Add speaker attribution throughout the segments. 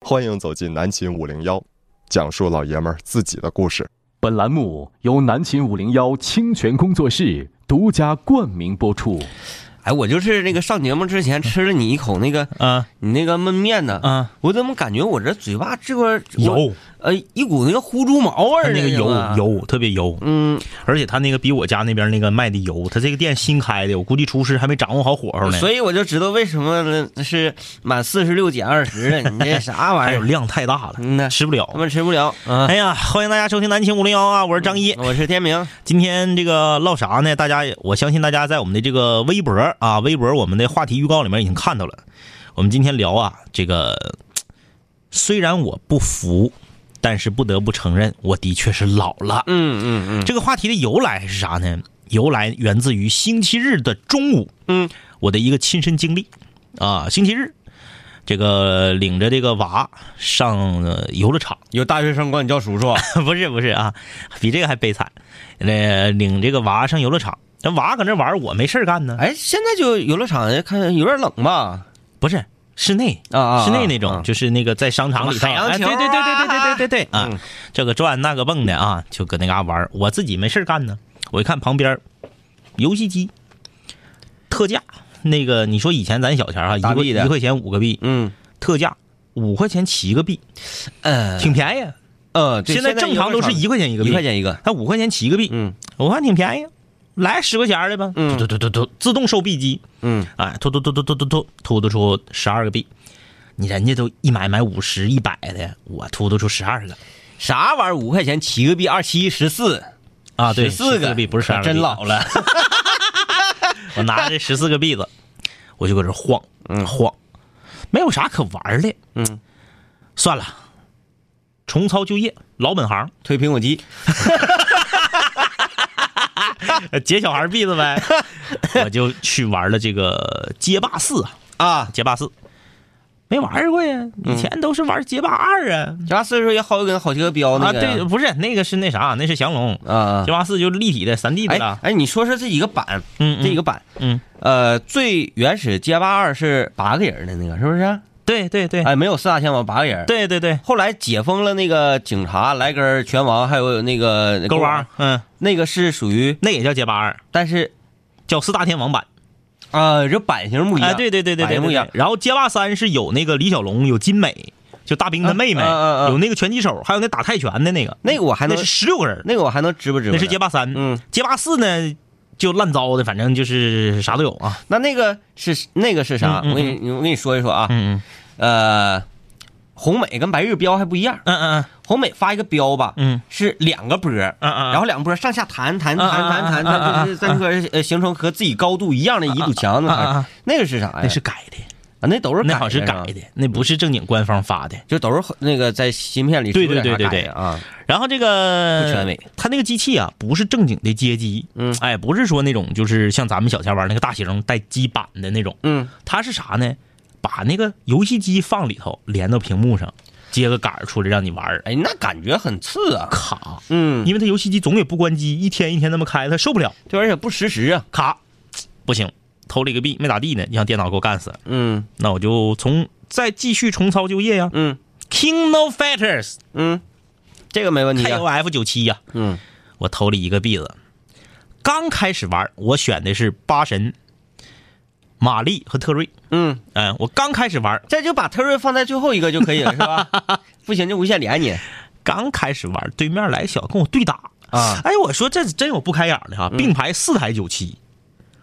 Speaker 1: 欢迎走进南秦五零幺，讲述老爷们儿自己的故事。
Speaker 2: 本栏目由南秦五零幺清泉工作室独家冠名播出。
Speaker 3: 哎，我就是那个上节目之前吃了你一口那个，
Speaker 4: 啊
Speaker 3: 你那个焖面呢，
Speaker 4: 啊，
Speaker 3: 我怎么感觉我这嘴巴这块儿我
Speaker 4: 油，
Speaker 3: 呃一股那个呼猪毛味
Speaker 4: 它
Speaker 3: 儿
Speaker 4: 那个油
Speaker 3: 种啊，
Speaker 4: 油特别油，
Speaker 3: 嗯，
Speaker 4: 而且它那个比我家那边那个卖的油，它这个店新开的，我估计厨师还没掌握好火候呢。
Speaker 3: 所以我就知道为什么是满四十六减二十了，你这啥
Speaker 4: 还
Speaker 3: 玩意
Speaker 4: 有
Speaker 3: 儿？
Speaker 4: 量太大
Speaker 3: 嗯
Speaker 4: 了，
Speaker 3: 呐
Speaker 4: 吃不
Speaker 3: 他
Speaker 4: 了。
Speaker 3: 们吃不了啊！
Speaker 4: 哎呀，欢迎大家收听南青五零幺啊，我是张一。
Speaker 3: 我是天明，
Speaker 4: 今天这个唠啥呢？大家也，我相信大家在我们的这个微博啊，微博我们的话题预告里面已经看到了。我们今天聊啊，这个虽然我不服，但是不得不承认，我的确是老了。
Speaker 3: 嗯嗯嗯，
Speaker 4: 这个话题的由来是啥呢？由来源自于星期日的中午，
Speaker 3: 嗯，
Speaker 4: 我的一个亲身经历啊。星期日，这个领着这个娃上呃游乐场，
Speaker 3: 有大学生管你叫叔叔，
Speaker 4: 不是不是啊，比这个还悲惨。那领这个娃上游乐场，那娃搁那玩，我没事儿干呢。
Speaker 3: 哎，现在就游乐场看有点冷吧？
Speaker 4: 不是室内
Speaker 3: 啊啊啊
Speaker 4: 室内那种，
Speaker 3: 啊
Speaker 4: 就是那个在商场里
Speaker 3: 什
Speaker 4: 头，
Speaker 3: 么海洋
Speaker 4: 哎
Speaker 3: 球啊
Speaker 4: 对对对对对对对对啊
Speaker 3: 嗯，
Speaker 4: 这个转那个蹦的啊，就搁那嘎玩儿。我自己没事儿干呢，我一看旁边儿游戏机特价，那个你说以前咱小钱儿啊，一
Speaker 3: 打
Speaker 4: 块
Speaker 3: 币的
Speaker 4: 一块钱五个币，
Speaker 3: 嗯
Speaker 4: 特价五块钱七个币，
Speaker 3: 呃
Speaker 4: 挺便宜。啊
Speaker 3: 呃，对
Speaker 4: 现在正常都是一块钱一
Speaker 3: 一
Speaker 4: 个币，
Speaker 3: 块，钱一个，
Speaker 4: 它五块钱七个币，
Speaker 3: 嗯
Speaker 4: 我看挺便宜，来十块钱儿的吧，
Speaker 3: 嗯
Speaker 4: 突突突突突，自动收币机，
Speaker 3: 嗯，
Speaker 4: 哎，突突突突突突突突突出十二个币，你人家都一买买五十一百的，我突突出十二个
Speaker 3: 啥玩意儿？五块钱七个币，二七十四，
Speaker 4: 啊，对，
Speaker 3: 四
Speaker 4: 14个币不是十二，
Speaker 3: 真老，了。
Speaker 4: 我拿着这十四个币子，我就搁这晃晃，没有啥可玩的，
Speaker 3: 嗯，
Speaker 4: 算了，重操旧业，老本 行，
Speaker 3: 推苹果机，
Speaker 4: 呃捡小孩币子 呗，我就去玩了这个街霸四啊，
Speaker 3: 啊，
Speaker 4: 街霸四。没玩过呀，以
Speaker 3: 嗯
Speaker 4: 前都是玩街霸二啊，
Speaker 3: 加四十也好几根好几个标那
Speaker 4: 啊，
Speaker 3: 个呀
Speaker 4: 对，不是那个是那啥，那是降龙，
Speaker 3: 啊，
Speaker 4: 街霸四就是立体的三 D 的
Speaker 3: 哎
Speaker 4: 了。
Speaker 3: 哎，你说说这几个版，
Speaker 4: 嗯，嗯
Speaker 3: 这几个版，
Speaker 4: 嗯，
Speaker 3: 呃，最原始街霸二是八个人的那个，是不是？
Speaker 4: 对对对，
Speaker 3: 哎，没有四大天王，八个人。。
Speaker 4: 对对对，
Speaker 3: 后来解封了那个警察、来根拳王，还有那个
Speaker 4: 勾王，，嗯，
Speaker 3: 那个是属于，
Speaker 4: 那也叫街霸二，
Speaker 3: 但是
Speaker 4: 叫四大天王版。
Speaker 3: 啊，这版型不一
Speaker 4: 哎，
Speaker 3: 样。
Speaker 4: 对对对对
Speaker 3: 版
Speaker 4: 对
Speaker 3: 型不一
Speaker 4: 对
Speaker 3: 样。。
Speaker 4: 然后街霸三是有那个李小龙，有金美，就大兵他妹妹，
Speaker 3: 啊啊啊啊
Speaker 4: 有那个拳击手，还有那打泰拳的那个，
Speaker 3: 那个我还能
Speaker 4: 那是，十六个人，
Speaker 3: 那个我还能支不支？
Speaker 4: 那是街。霸三。
Speaker 3: 嗯，
Speaker 4: 街霸四呢就烂糟的，反正就是啥都有啊。
Speaker 3: 那那个是那个是啥？
Speaker 4: 嗯嗯
Speaker 3: 我给你，我给你说一说啊。
Speaker 4: 嗯
Speaker 3: 呃，红美跟白日标还不一样。
Speaker 4: 嗯嗯
Speaker 3: 红美发一个标吧，
Speaker 4: 嗯
Speaker 3: 是两个波，
Speaker 4: 嗯嗯嗯，
Speaker 3: 然后两波上下弹弹弹弹弹，
Speaker 4: 啊啊啊啊啊
Speaker 3: 它就是在那个呃形成和自己高度一样的一堵墙那
Speaker 4: 啊啊
Speaker 3: 块儿
Speaker 4: 啊，
Speaker 3: 那个是哎啥呀？
Speaker 4: 那是改的，
Speaker 3: 啊，那都是
Speaker 4: 那好像是
Speaker 3: 改
Speaker 4: 改
Speaker 3: 的，
Speaker 4: 的，那不是正经官方发的。
Speaker 3: 就都是那个在芯片里
Speaker 4: 对
Speaker 3: 是有点
Speaker 4: 对对
Speaker 3: 啥
Speaker 4: 对
Speaker 3: 改的啊，
Speaker 4: 然后这个
Speaker 3: 不权威，
Speaker 4: 它那个机器啊，不是正经的街机，
Speaker 3: 嗯
Speaker 4: 哎，不是说那种就是像咱们小前玩那个大型带基板的那种，
Speaker 3: 嗯，
Speaker 4: 它是啥呢？把那个游戏机放里头，连到屏幕上，接个杆儿出来让你玩儿，哎，
Speaker 3: 哎，那感觉很次啊，
Speaker 4: 卡，
Speaker 3: 嗯，
Speaker 4: 因为它游戏机总也不关机，一天一天那么开，它受不了，
Speaker 3: 对，而且不实时啊，
Speaker 4: 卡，不行，投了一个币没咋地呢，就让电脑给我干死了，
Speaker 3: 嗯
Speaker 4: 那我就从再继续重操旧业呀、
Speaker 3: 嗯
Speaker 4: King No Fighters
Speaker 3: 嗯，这个没问题啊，
Speaker 4: KOF 九七呀、
Speaker 3: 嗯
Speaker 4: 我投了一个币子。刚开始玩，我选的是八神、玛丽和特瑞。
Speaker 3: 嗯，
Speaker 4: 嗯、我刚开始玩，
Speaker 3: 这就把特瑞放在最后一个就可以了，是吧？不行就无限连你
Speaker 4: 刚开始玩，对面来小跟我对打。
Speaker 3: 啊，嗯
Speaker 4: 哎，我说这真有不开眼的哈，并排四台九七，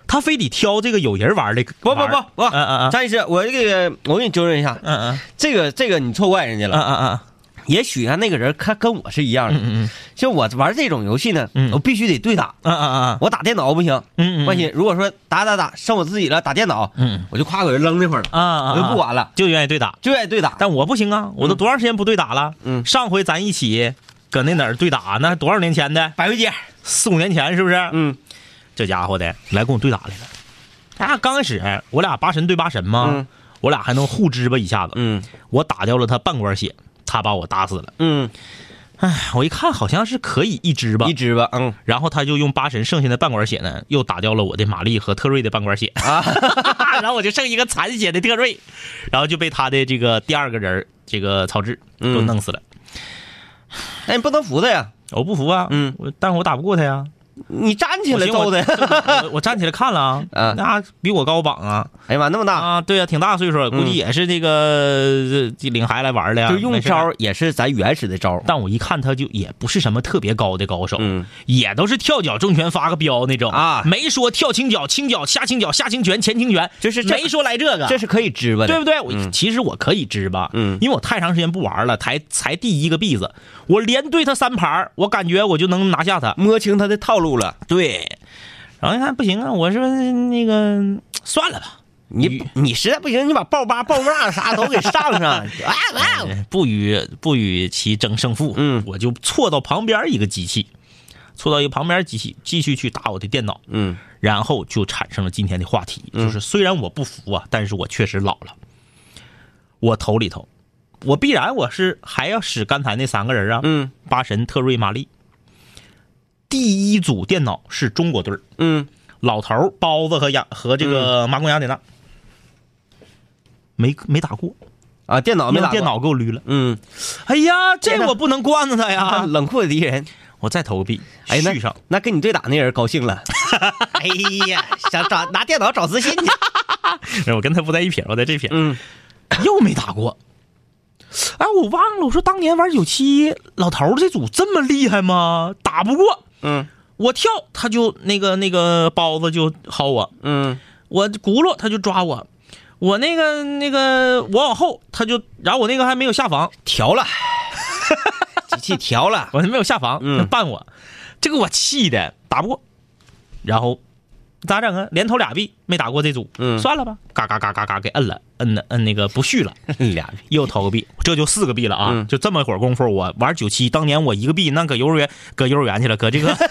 Speaker 4: 他非得挑这个有人玩的。
Speaker 3: 不不不不，
Speaker 4: 嗯嗯嗯
Speaker 3: 张医师，我这个我给你纠正一下，
Speaker 4: 嗯嗯
Speaker 3: 这个这个你错怪人家
Speaker 4: 嗯
Speaker 3: 了。
Speaker 4: 嗯嗯
Speaker 3: 也许他那个人看跟我是一样的，
Speaker 4: 嗯
Speaker 3: 就我玩这种游戏呢，
Speaker 4: 嗯
Speaker 3: 我必须得对打，
Speaker 4: 嗯嗯
Speaker 3: 我打电脑不行，
Speaker 4: 嗯嗯，
Speaker 3: 万一如果说打打打剩我自己了，打电脑，
Speaker 4: 嗯
Speaker 3: 我就夸我就扔那块儿了，
Speaker 4: 啊啊，
Speaker 3: 我就不，管了，
Speaker 4: 就愿意对打。
Speaker 3: 就愿意对打。
Speaker 4: 但我不行啊，我都多长时间不对打了？
Speaker 3: 嗯
Speaker 4: 上回咱一起搁那哪儿对打，那多少年前的？
Speaker 3: 百威街，
Speaker 4: 四五年前是不是？
Speaker 3: 嗯
Speaker 4: 这家伙的来跟我对打来了。他、俩刚开始我俩八神对八神嘛，
Speaker 3: 嗯
Speaker 4: 我俩还能互支吧一下子。
Speaker 3: 嗯
Speaker 4: 我打掉了他半管血，他把我打死了。
Speaker 3: 嗯，
Speaker 4: 哎，我一看好像是可以一支吧
Speaker 3: 一，只吧，嗯
Speaker 4: 然后他就用八神剩下的半管血呢，又打掉了我的玛丽和特瑞的半 管血，
Speaker 3: 啊，
Speaker 4: 然后我就剩一个残血的特瑞，然后就被他的这个第二个人这个曹志给
Speaker 3: 嗯
Speaker 4: 我弄死了。
Speaker 3: 那你不能服他呀，
Speaker 4: 我不服啊，
Speaker 3: 嗯
Speaker 4: 我但是我打不过他呀，
Speaker 3: 你站起来
Speaker 4: 我寻思
Speaker 3: 揍
Speaker 4: 啊我
Speaker 3: 他呀！
Speaker 4: 我我站起来看了啊，
Speaker 3: 啊
Speaker 4: 那比我高榜啊，
Speaker 3: 哎呀妈，那么大，
Speaker 4: 啊，对啊，挺大岁数了，估计
Speaker 3: 嗯
Speaker 4: 也是这个这领孩来玩的呀，
Speaker 3: 就用
Speaker 4: 没事干
Speaker 3: 招。儿也是咱原始的招儿。
Speaker 4: 但我一看他就也不是什么特别高的高手，
Speaker 3: 嗯，
Speaker 4: 也都是跳脚重拳发个镖那种
Speaker 3: 啊
Speaker 4: 没说跳轻脚、轻脚、下轻脚、下轻拳、前轻拳，
Speaker 3: 就是这
Speaker 4: 没说来这个，
Speaker 3: 这是可以支吧的？
Speaker 4: 对不对？我、
Speaker 3: 嗯
Speaker 4: 其实我可以支吧，
Speaker 3: 嗯
Speaker 4: 因为我太长时间不玩了，才才第一个币子，我连对他三盘儿，我感觉我就能拿下他。
Speaker 3: 摸清他的套路了。
Speaker 4: 对，然后一看不行啊，我说那个算了吧，
Speaker 3: 你你实在不行，你把爆八、爆骂啥都给 上上。啊哇！
Speaker 4: 哎不与不与其争胜负，
Speaker 3: 嗯
Speaker 4: 我就错到旁边一个机器，错到一个旁边机器，继续去打我的电脑，
Speaker 3: 嗯
Speaker 4: 然后就产生了今天的话题，就是虽然我不服啊，但是我确实老了，我头里头，我必然我是还要使刚才那三个人啊，
Speaker 3: 嗯
Speaker 4: 巴神、特瑞、玛丽，第一组电脑是中国队儿，
Speaker 3: 嗯，
Speaker 4: 老头儿包子和雅和这个麻公雅典娜，没没打过，
Speaker 3: 啊，电脑没
Speaker 4: 用
Speaker 3: 打过
Speaker 4: 电，脑给我捋了。
Speaker 3: 嗯，
Speaker 4: 哎呀，
Speaker 3: 天
Speaker 4: 这
Speaker 3: 哪
Speaker 4: 我不能惯着他
Speaker 3: 啊
Speaker 4: 呀！
Speaker 3: 冷酷的敌人。
Speaker 4: 我再投个币，
Speaker 3: 哎，那
Speaker 4: 续上。
Speaker 3: 那跟你对打那人高兴了。 哎呀，想找拿电脑找自信去。
Speaker 4: 我跟他不在一撇，我在这撇，
Speaker 3: 嗯
Speaker 4: 又没打过。哎，我忘了，我说当年玩九七，老头儿这组这么厉害吗？打不过
Speaker 3: 嗯
Speaker 4: 我跳，他就那个那个包子就薅我，
Speaker 3: 嗯
Speaker 4: 我轱辘他就抓我，我那个那个我往后他就，然后我那个还没有下防，
Speaker 3: 调了，机器调了。
Speaker 4: 我还没有下防，
Speaker 3: 嗯
Speaker 4: 他绊我，这个我气的打不过，然后咋整啊？连投俩币没打过这组，
Speaker 3: 嗯
Speaker 4: 算了吧，嘎嘎嘎嘎嘎给摁了，摁了摁那个不续了，
Speaker 3: 俩
Speaker 4: 又投个币，这就四个币了啊！
Speaker 3: 嗯
Speaker 4: 就这么一会儿功夫，我玩九七，当年我一个币，那搁幼儿园，搁幼儿园去了，搁这个 搁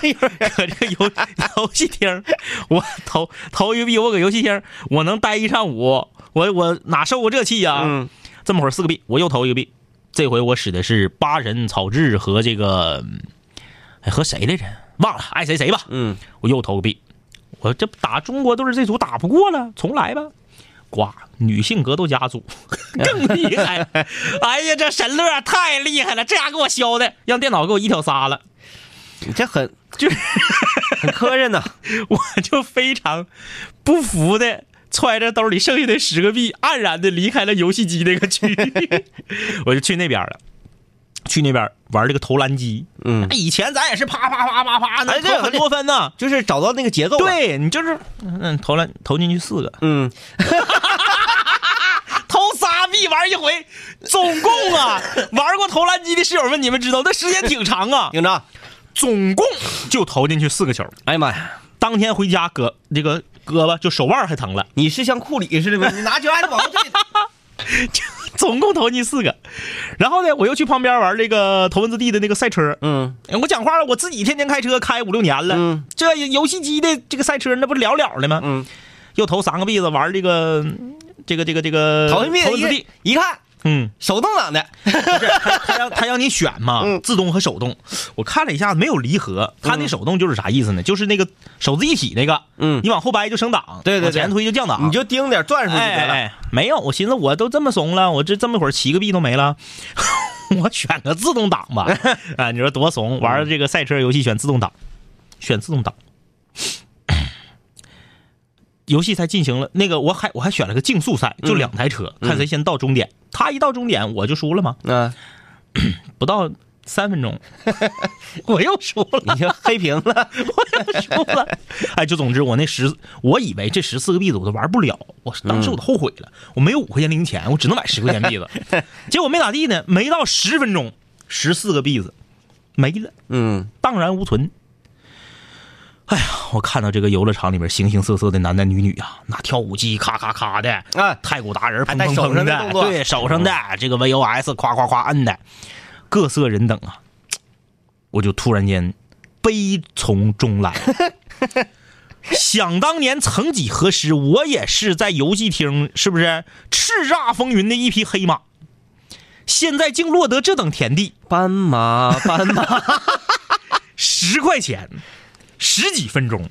Speaker 4: 这个游游戏厅，我投投一个币，我搁游戏厅，我能待一上午，我我哪受过这气呀、
Speaker 3: 嗯
Speaker 4: 这么会儿四个币，我又投一个币，这回我使的是八人草雉和这个嗯哎和谁来着？忘了，爱谁谁吧。
Speaker 3: 嗯
Speaker 4: 我又投个币，我这打中国队这组打不过了，重来吧。呱，女性格斗家组 更厉害！哎呀，这神乐太厉害了，这家给我削的，让电脑给我一挑仨了，
Speaker 3: 你这很就是 很磕碜呐。
Speaker 4: 我就非常不服的。揣着兜里剩下的十个币，黯然的离开了游戏机那个 区域，我就去那边了，去那边玩这个投篮机。哎
Speaker 3: 嗯，
Speaker 4: 以前咱也是啪啪啪啪啪，
Speaker 3: 哎
Speaker 4: 能
Speaker 3: 对
Speaker 4: 投很多分呢。
Speaker 3: 就是找到那个节奏。，
Speaker 4: 对你就是，嗯，投篮投进去四个，
Speaker 3: 嗯，
Speaker 4: 投仨币玩一回，总共 啊，玩过投篮机的室友们，你们知道那时间挺长啊，
Speaker 3: 听着，
Speaker 4: 总共就投进去四个球。
Speaker 3: 哎呀妈呀，
Speaker 4: 当天回家，胳这个胳膊就手腕还疼了，
Speaker 3: 你是像库里似的吗？你拿球还得往后退。
Speaker 4: 总共投进去四个。然后呢，我又去旁边玩这个头文字 D 的那个赛车。
Speaker 3: 嗯
Speaker 4: 哎我讲话了，我自己天天开车开五六年 了，
Speaker 3: 嗯
Speaker 4: 这游戏机的这个赛车那不了了的吗？
Speaker 3: 嗯，
Speaker 4: 又投三个币子玩这个这个这个这个
Speaker 3: 投币
Speaker 4: 头文字 D，
Speaker 3: 一一看
Speaker 4: 嗯。
Speaker 3: 手动挡的，
Speaker 4: 他让他让你选嘛，
Speaker 3: 嗯
Speaker 4: 自动和手动。我看了一下，没有离合。他那手动就是啥意思呢？就是那个手自一体那个，
Speaker 3: 嗯啊
Speaker 4: 你往后掰就升档，
Speaker 3: 对对对
Speaker 4: 往前推就降档，
Speaker 3: 你就盯点转出去
Speaker 4: 哎
Speaker 3: 得
Speaker 4: 哎
Speaker 3: 了。
Speaker 4: 哎，没有。我寻思我都这么怂了，我这这么一会儿骑个币都没了， 我选个自动挡 吧。啊，你说多怂，
Speaker 3: 嗯
Speaker 4: 玩这个赛车游戏选自动挡，选自动挡。游戏才进行了那个，我还我还选了个竞速赛，
Speaker 3: 嗯
Speaker 4: 就两台车，看谁先到终点。他一到终点，我就输了吗？
Speaker 3: 啊，
Speaker 4: 不到三分钟， 我又输了，
Speaker 3: 你就黑屏了。
Speaker 4: 我又输了。哎，就总之我那十，我以为这十四个币子我都玩不了，我当时我都后悔了，我没有五块钱零钱，我只能买十块钱币子。结果没咋地呢，没到十分钟，十四个币子没了，
Speaker 3: 嗯
Speaker 4: 荡然无存。哎呀，我看到这个游乐场里面形形色色的男男女女啊，拿跳舞机咔咔咔的，
Speaker 3: 啊，
Speaker 4: 太鼓达人
Speaker 3: 还
Speaker 4: 砰
Speaker 3: 带
Speaker 4: 砰
Speaker 3: 手
Speaker 4: 砰
Speaker 3: 上的动作嗯
Speaker 4: 对手上的这个 VOS 夸夸夸摁的，各色人等啊，我就突然间悲从 中来。想当年，曾几何时，我也是在游戏厅，是不是叱咤风云的一匹黑马？现在竟落得这等田地，
Speaker 3: 斑马斑马，
Speaker 4: 十块钱，十几分钟，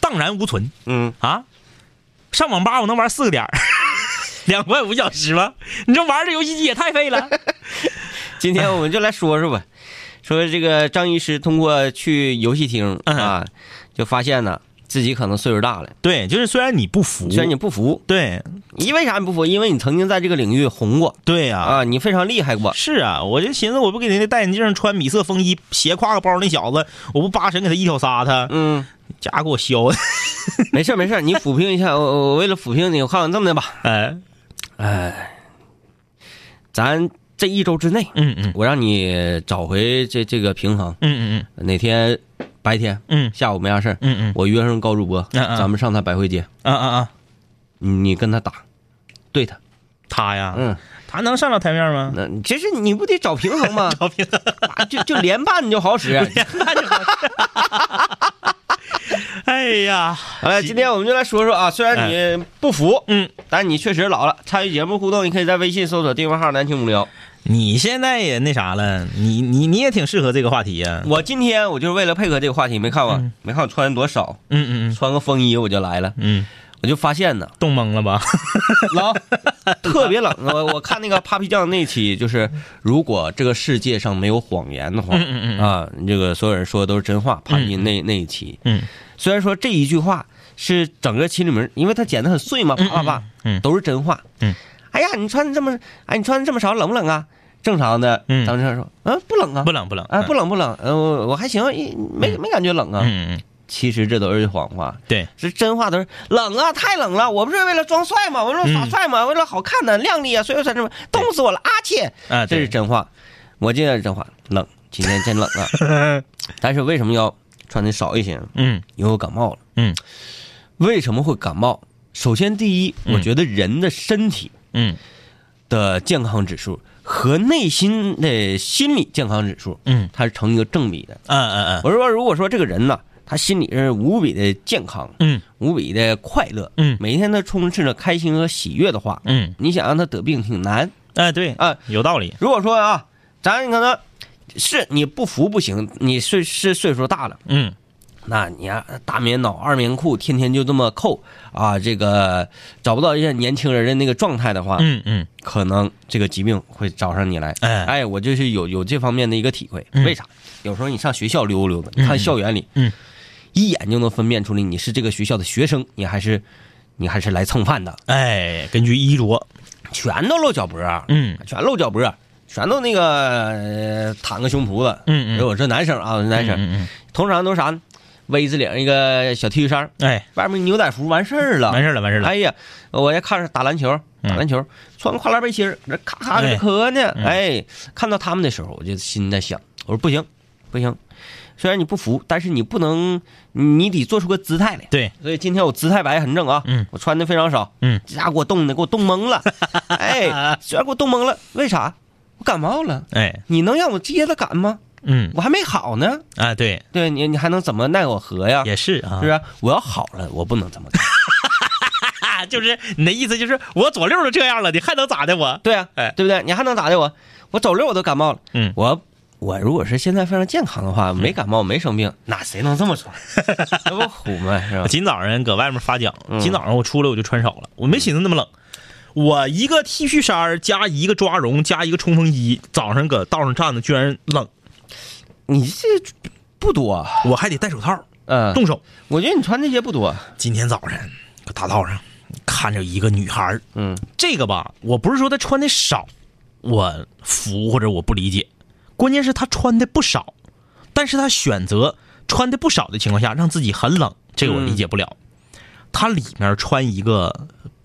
Speaker 4: 荡然无存
Speaker 3: 嗯，
Speaker 4: 啊！上网吧我能玩四个点儿，两块五小时吗？你这玩这游戏机也太费了。
Speaker 3: 今天我们就来说说吧， 说这个张医师通过去游戏厅
Speaker 4: 嗯
Speaker 3: 啊，就发现呢自己可能岁数大了。
Speaker 4: 对，就是虽然你不服，
Speaker 3: 虽然你不服，
Speaker 4: 对
Speaker 3: 因为啥你不服？因为你曾经在这个领域红过
Speaker 4: 对呀、
Speaker 3: 啊，你非常厉害过。
Speaker 4: 是啊，我就寻思，我不给人家戴眼镜、穿米色风衣、斜挎个包那小子，我不八神给他一挑杀他，
Speaker 3: 嗯，
Speaker 4: 家给我削的。
Speaker 3: 没事儿没事儿，你抚平一 下，我我我为了抚平你，我看看这么的吧，
Speaker 4: 哎，
Speaker 3: 哎，咱这一周之内，
Speaker 4: 嗯嗯
Speaker 3: 我让你找回这这个平衡。
Speaker 4: 嗯嗯
Speaker 3: 哪天白天
Speaker 4: 嗯
Speaker 3: 下午没啥事儿，
Speaker 4: 嗯嗯
Speaker 3: 我约上高主播，
Speaker 4: 嗯嗯
Speaker 3: 咱们上他百汇街，
Speaker 4: 嗯啊啊啊，
Speaker 3: 你你跟他打，对他，
Speaker 4: 他呀，
Speaker 3: 嗯，
Speaker 4: 他能上了台面 吗？
Speaker 3: 那其实你不得找平衡 吗？
Speaker 4: 找平衡，
Speaker 3: 啊就就连办你就好使。啊
Speaker 4: 哎呀，
Speaker 3: 好了，今天我们就来说说啊，虽然你不服，
Speaker 4: 嗯，
Speaker 3: 但你确实老了。参与节目互动，你可以在微信搜索订阅号“南青无聊”。
Speaker 4: 你现在也那啥了，你你你也挺适合这个话题呀、
Speaker 3: 我今天我就是为了配合这个话题，没看我、
Speaker 4: 嗯
Speaker 3: 没看我穿多少，
Speaker 4: 嗯嗯
Speaker 3: 穿个风衣我就来了，
Speaker 4: 嗯嗯，，
Speaker 3: 我就发现呢
Speaker 4: 冻懵 了吧？
Speaker 3: 冷，特别冷。我我看那个 Papi 酱那期，就是如果这个世界上没有谎言的话，
Speaker 4: 嗯嗯嗯
Speaker 3: 啊，这个所有人说的都是真话。Papi
Speaker 4: 嗯
Speaker 3: 那那一期，
Speaker 4: 嗯，
Speaker 3: 虽然说这一句话是整个秦里面，因为它剪得很碎嘛，啪啪啪，
Speaker 4: 嗯嗯嗯
Speaker 3: 都是真话。
Speaker 4: 嗯，
Speaker 3: 哎呀，你穿这么，哎，你穿这么少，冷不冷啊？正常的，
Speaker 4: 嗯
Speaker 3: 当时说，嗯，不冷啊，
Speaker 4: 不冷不冷
Speaker 3: 啊，不冷不冷，呃，我我还行，一没没感觉冷啊。
Speaker 4: 嗯嗯
Speaker 3: 其实这都是谎话，
Speaker 4: 对，
Speaker 3: 是真话都是冷啊，太冷了。我不是为了装帅嘛，我为了耍帅嘛，为了好看呢、靓丽啊，所以我才这么冻死我了。啊切，
Speaker 4: 嗯嗯啊，
Speaker 3: 这是
Speaker 4: 对
Speaker 3: 真话，我这是真话，冷，今天真冷啊。 但是为什么要穿的少一些？
Speaker 4: 嗯
Speaker 3: 因为我感冒了。
Speaker 4: 嗯，
Speaker 3: 为什么会感冒？首先，第一，
Speaker 4: 嗯
Speaker 3: 我觉得人的身体
Speaker 4: 嗯
Speaker 3: 的健康指数和内心的心理健康指数，
Speaker 4: 嗯
Speaker 3: 它是成一个正比的。
Speaker 4: 嗯嗯
Speaker 3: 我是说，如果说这个人呢，他心里是无比的健康，
Speaker 4: 嗯
Speaker 3: 无比的快乐，
Speaker 4: 嗯
Speaker 3: 每一天他充斥着开心和喜悦的话，
Speaker 4: 嗯，
Speaker 3: 你想让他得病挺难。
Speaker 4: 哎对
Speaker 3: 啊，
Speaker 4: 有道理，
Speaker 3: 如果说啊，咱可能是你不服不行，你岁是岁数大了，
Speaker 4: 嗯
Speaker 3: 那你啊大棉袄、二棉裤，天天就这么扣啊，这个找不到一些年轻人的那个状态的话，
Speaker 4: 嗯嗯，
Speaker 3: 可能这个疾病会找上你来。
Speaker 4: 哎
Speaker 3: 哎，我就是有有这方面的一个体会。
Speaker 4: 嗯
Speaker 3: 为啥？有时候你上学校溜达溜达，你看校园里，
Speaker 4: 嗯
Speaker 3: 一眼就能分辨出来你是这个学校的学生，你还是你还是来蹭饭的，
Speaker 4: 哎，根据衣着，
Speaker 3: 全都露脚脖儿，
Speaker 4: 嗯
Speaker 3: 全露脚脖儿，全都那个、呃、袒个胸脯子。哎
Speaker 4: 嗯嗯，
Speaker 3: 我这男生啊，我这男生、
Speaker 4: 嗯
Speaker 3: 通常都啥呢？V 字领一个小 T 恤衫，
Speaker 4: 嗯，哎，
Speaker 3: 外面牛仔服，完事儿了。
Speaker 4: 完事儿了完事儿了，
Speaker 3: 哎呀，我这看着打篮球，
Speaker 4: 嗯
Speaker 3: 打篮球，穿跨栏背心儿，这咔咔
Speaker 4: 哎
Speaker 3: 这磕呢。
Speaker 4: 嗯
Speaker 3: 哎，看到他们的时候，我就心在想，我说不行，不行。虽然你不服，但是你不能，你得做出个姿态来。
Speaker 4: 对，
Speaker 3: 所以今天我姿态白很正啊，
Speaker 4: 嗯
Speaker 3: 我穿的非常少，
Speaker 4: 嗯，
Speaker 3: 这家给我冻的，给我冻懵 了。哎，虽然给我冻懵了，为啥？我感冒了，
Speaker 4: 哎，
Speaker 3: 你能让我接着赶吗？
Speaker 4: 嗯
Speaker 3: 我还没好呢。
Speaker 4: 啊，对，
Speaker 3: 对你，你还能怎么奈我何呀？
Speaker 4: 也是啊
Speaker 3: 是不，是？我要好了，我不能这么干。
Speaker 4: 啊，就是你的意思就是我左六都这样了，你还能咋的我？
Speaker 3: 对啊，
Speaker 4: 哎
Speaker 3: 对不对？你还能咋的我？我走溜我都感冒了。
Speaker 4: 嗯
Speaker 3: 我我如果是现在非常健康的话，没感冒没生病，那谁能这么 说？这不虎吗？是吧？
Speaker 4: 今啊早上搁外面发奖，
Speaker 3: 啊嗯
Speaker 4: 今早上我出来我就穿少了，我没寻思那么冷。我一个 T 恤衫儿加一个抓绒加一个冲锋衣，早上搁道上站着居然冷，
Speaker 3: 你这不多，
Speaker 4: 我还得戴手套
Speaker 3: 嗯，
Speaker 4: 动手。
Speaker 3: 我觉得你穿这些不多，
Speaker 4: 今天早上搁大道上看着一个女孩儿，
Speaker 3: 嗯
Speaker 4: 这个吧，我不是说她穿的少，我服或者我不理解，关键是她穿的不少，但是她选择穿的不少的情况下，让自己很冷，这个我理解不了。
Speaker 3: 嗯
Speaker 4: 她里面穿一个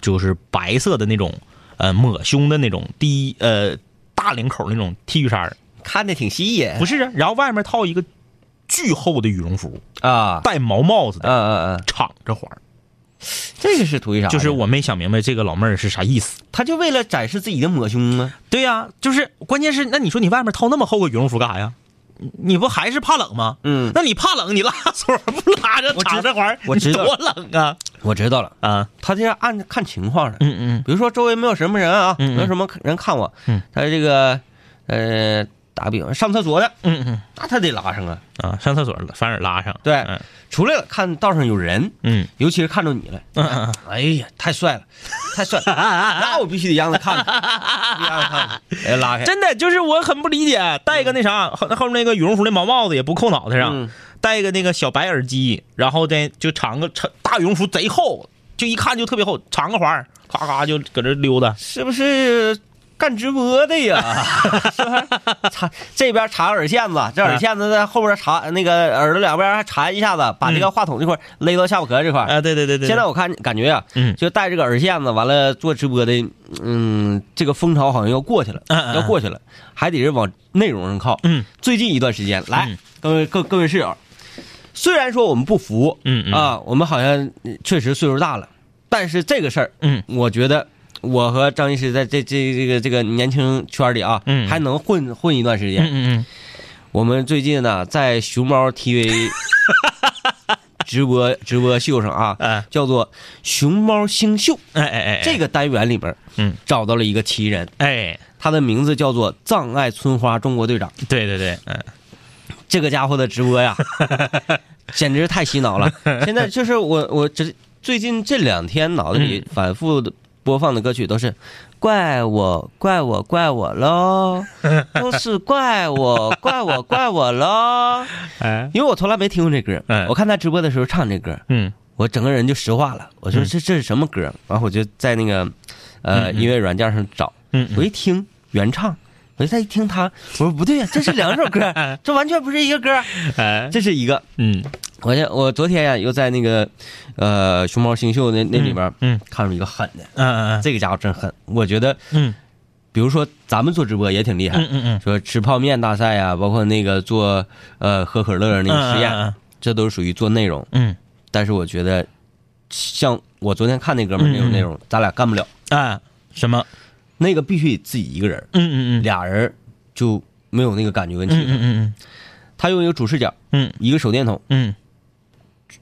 Speaker 4: 就是白色的那种呃抹胸的那种低呃大领口那种 T 恤衫儿，
Speaker 3: 看的挺细耶
Speaker 4: 不是啊，然后外面套一个巨厚的羽绒服，
Speaker 3: 啊，
Speaker 4: 戴毛帽子
Speaker 3: 嗯
Speaker 4: 的，
Speaker 3: 嗯嗯，
Speaker 4: 敞着环儿，
Speaker 3: 这个是图一啥？
Speaker 4: 就是，我没想明白这个老妹儿是啥意思。
Speaker 3: 他就为了展示自己的抹胸吗？
Speaker 4: 对呀、就是关键是，那你说你外面套那么厚个羽绒服干啥呀？你你不还是怕冷吗？
Speaker 3: 嗯，
Speaker 4: 那你怕冷，你拉锁不拉着
Speaker 3: 我知
Speaker 4: 敞着环儿，
Speaker 3: 我知道
Speaker 4: 你多冷啊！
Speaker 3: 我知道了，
Speaker 4: 啊，
Speaker 3: 他这样按看情况的。
Speaker 4: 嗯嗯
Speaker 3: 比如说周围没有什么人啊，
Speaker 4: 嗯嗯
Speaker 3: 没有什么人看我，
Speaker 4: 嗯
Speaker 3: 他这个呃打个比方，上厕所呢，
Speaker 4: 嗯嗯
Speaker 3: 那他得拉上啊。
Speaker 4: 啊，上厕所了，反而拉上，
Speaker 3: 对
Speaker 4: 嗯
Speaker 3: 出来了，看道上有人，
Speaker 4: 嗯
Speaker 3: 尤其是看着你了，
Speaker 4: 嗯嗯，
Speaker 3: 哎呀，太帅 了，太帅了，那我必须得让他看看，必须让他看看，哎，拉开，
Speaker 4: 真的就是我很不理解，戴个那啥后后面那个羽绒服那毛帽子也不扣脑袋上，
Speaker 3: 嗯
Speaker 4: 戴个那个小白耳机，然后再就长个长大羽绒服贼厚，就一看就特别厚，长个环儿，咔咔就搁这溜达，
Speaker 3: 是不是干直播的呀？ 是吧？插这边插耳线
Speaker 4: 嗯
Speaker 3: 子，这耳线子在后边插那个耳朵两边还缠一下子，把这个话筒这块勒到下巴壳这块。
Speaker 4: 啊，对嗯对对对，
Speaker 3: 现在我看感觉啊，
Speaker 4: 嗯
Speaker 3: 就戴这个耳线子，完了做直播的，嗯，这个风潮好像要过去了，
Speaker 4: 嗯嗯嗯
Speaker 3: 要过去了，还得是往内容上靠。
Speaker 4: 嗯
Speaker 3: 最近一段时间，来
Speaker 4: 嗯，
Speaker 3: 各位各各位室友，虽然说我们不服，
Speaker 4: 嗯嗯
Speaker 3: 啊，我们好像嗯确实岁数大了，但是这个事儿，
Speaker 4: 嗯
Speaker 3: 我觉得我和张医师在这这这个这个年轻圈里啊，
Speaker 4: 嗯
Speaker 3: 还能混混一段时
Speaker 4: 嗯
Speaker 3: 间。
Speaker 4: 嗯
Speaker 3: 我们最近呢，在熊猫 TV 直播直播秀上啊，
Speaker 4: 嗯，啊，
Speaker 3: 叫做《熊猫星秀》
Speaker 4: 哎哎哎，
Speaker 3: 这
Speaker 4: 个
Speaker 3: 个单元里边，
Speaker 4: 嗯，
Speaker 3: 找到了一个奇人，
Speaker 4: 哎，
Speaker 3: 他的名字叫做藏爱村花中国队长。
Speaker 4: 对对对，嗯
Speaker 3: 这个家伙的直播呀， 简直太洗脑 了。现在就是我我这最近这两天脑子里
Speaker 4: 嗯
Speaker 3: 反复的播放的歌曲都是“怪我怪我怪我喽”， 都是怪我怪我怪我喽。
Speaker 4: 哎
Speaker 3: 因为我从来没听过这歌
Speaker 4: 嗯，
Speaker 3: 我看他直播的时候唱这歌，
Speaker 4: 嗯
Speaker 3: 我整个人就石化了。我说
Speaker 4: 嗯
Speaker 3: 这这是什么歌？然后我就在那个呃
Speaker 4: 嗯嗯
Speaker 3: 音乐软件上找，
Speaker 4: 嗯嗯
Speaker 3: 我一听原唱，我再一听他，我说不对呀、这是两首 歌，这完全不是一个歌。
Speaker 4: 哎，
Speaker 3: 这是一个。
Speaker 4: 嗯
Speaker 3: 我这我昨天呀、又在那个呃熊猫星秀那那里边儿
Speaker 4: 嗯
Speaker 3: 看着一个狠的，
Speaker 4: 嗯嗯
Speaker 3: 这个家伙真狠。我觉得，
Speaker 4: 嗯
Speaker 3: 比如说咱们做直播也挺厉害，
Speaker 4: 嗯嗯
Speaker 3: 说吃泡面大赛啊，包括那个做呃喝可乐那个实验，
Speaker 4: 嗯嗯嗯
Speaker 3: 这都是属于做内容。
Speaker 4: 嗯
Speaker 3: 但是我觉得，像我昨天看那哥们儿那种
Speaker 4: 嗯嗯
Speaker 3: 内容，咱俩干不了，
Speaker 4: 嗯啊，什么？
Speaker 3: 那个必须得自己一个人儿，
Speaker 4: 嗯嗯嗯
Speaker 3: 俩人儿就没有那个感觉跟气
Speaker 4: 嗯
Speaker 3: 氛。
Speaker 4: 嗯
Speaker 3: 他用一个主视角，
Speaker 4: 嗯
Speaker 3: 一个手电筒
Speaker 4: 嗯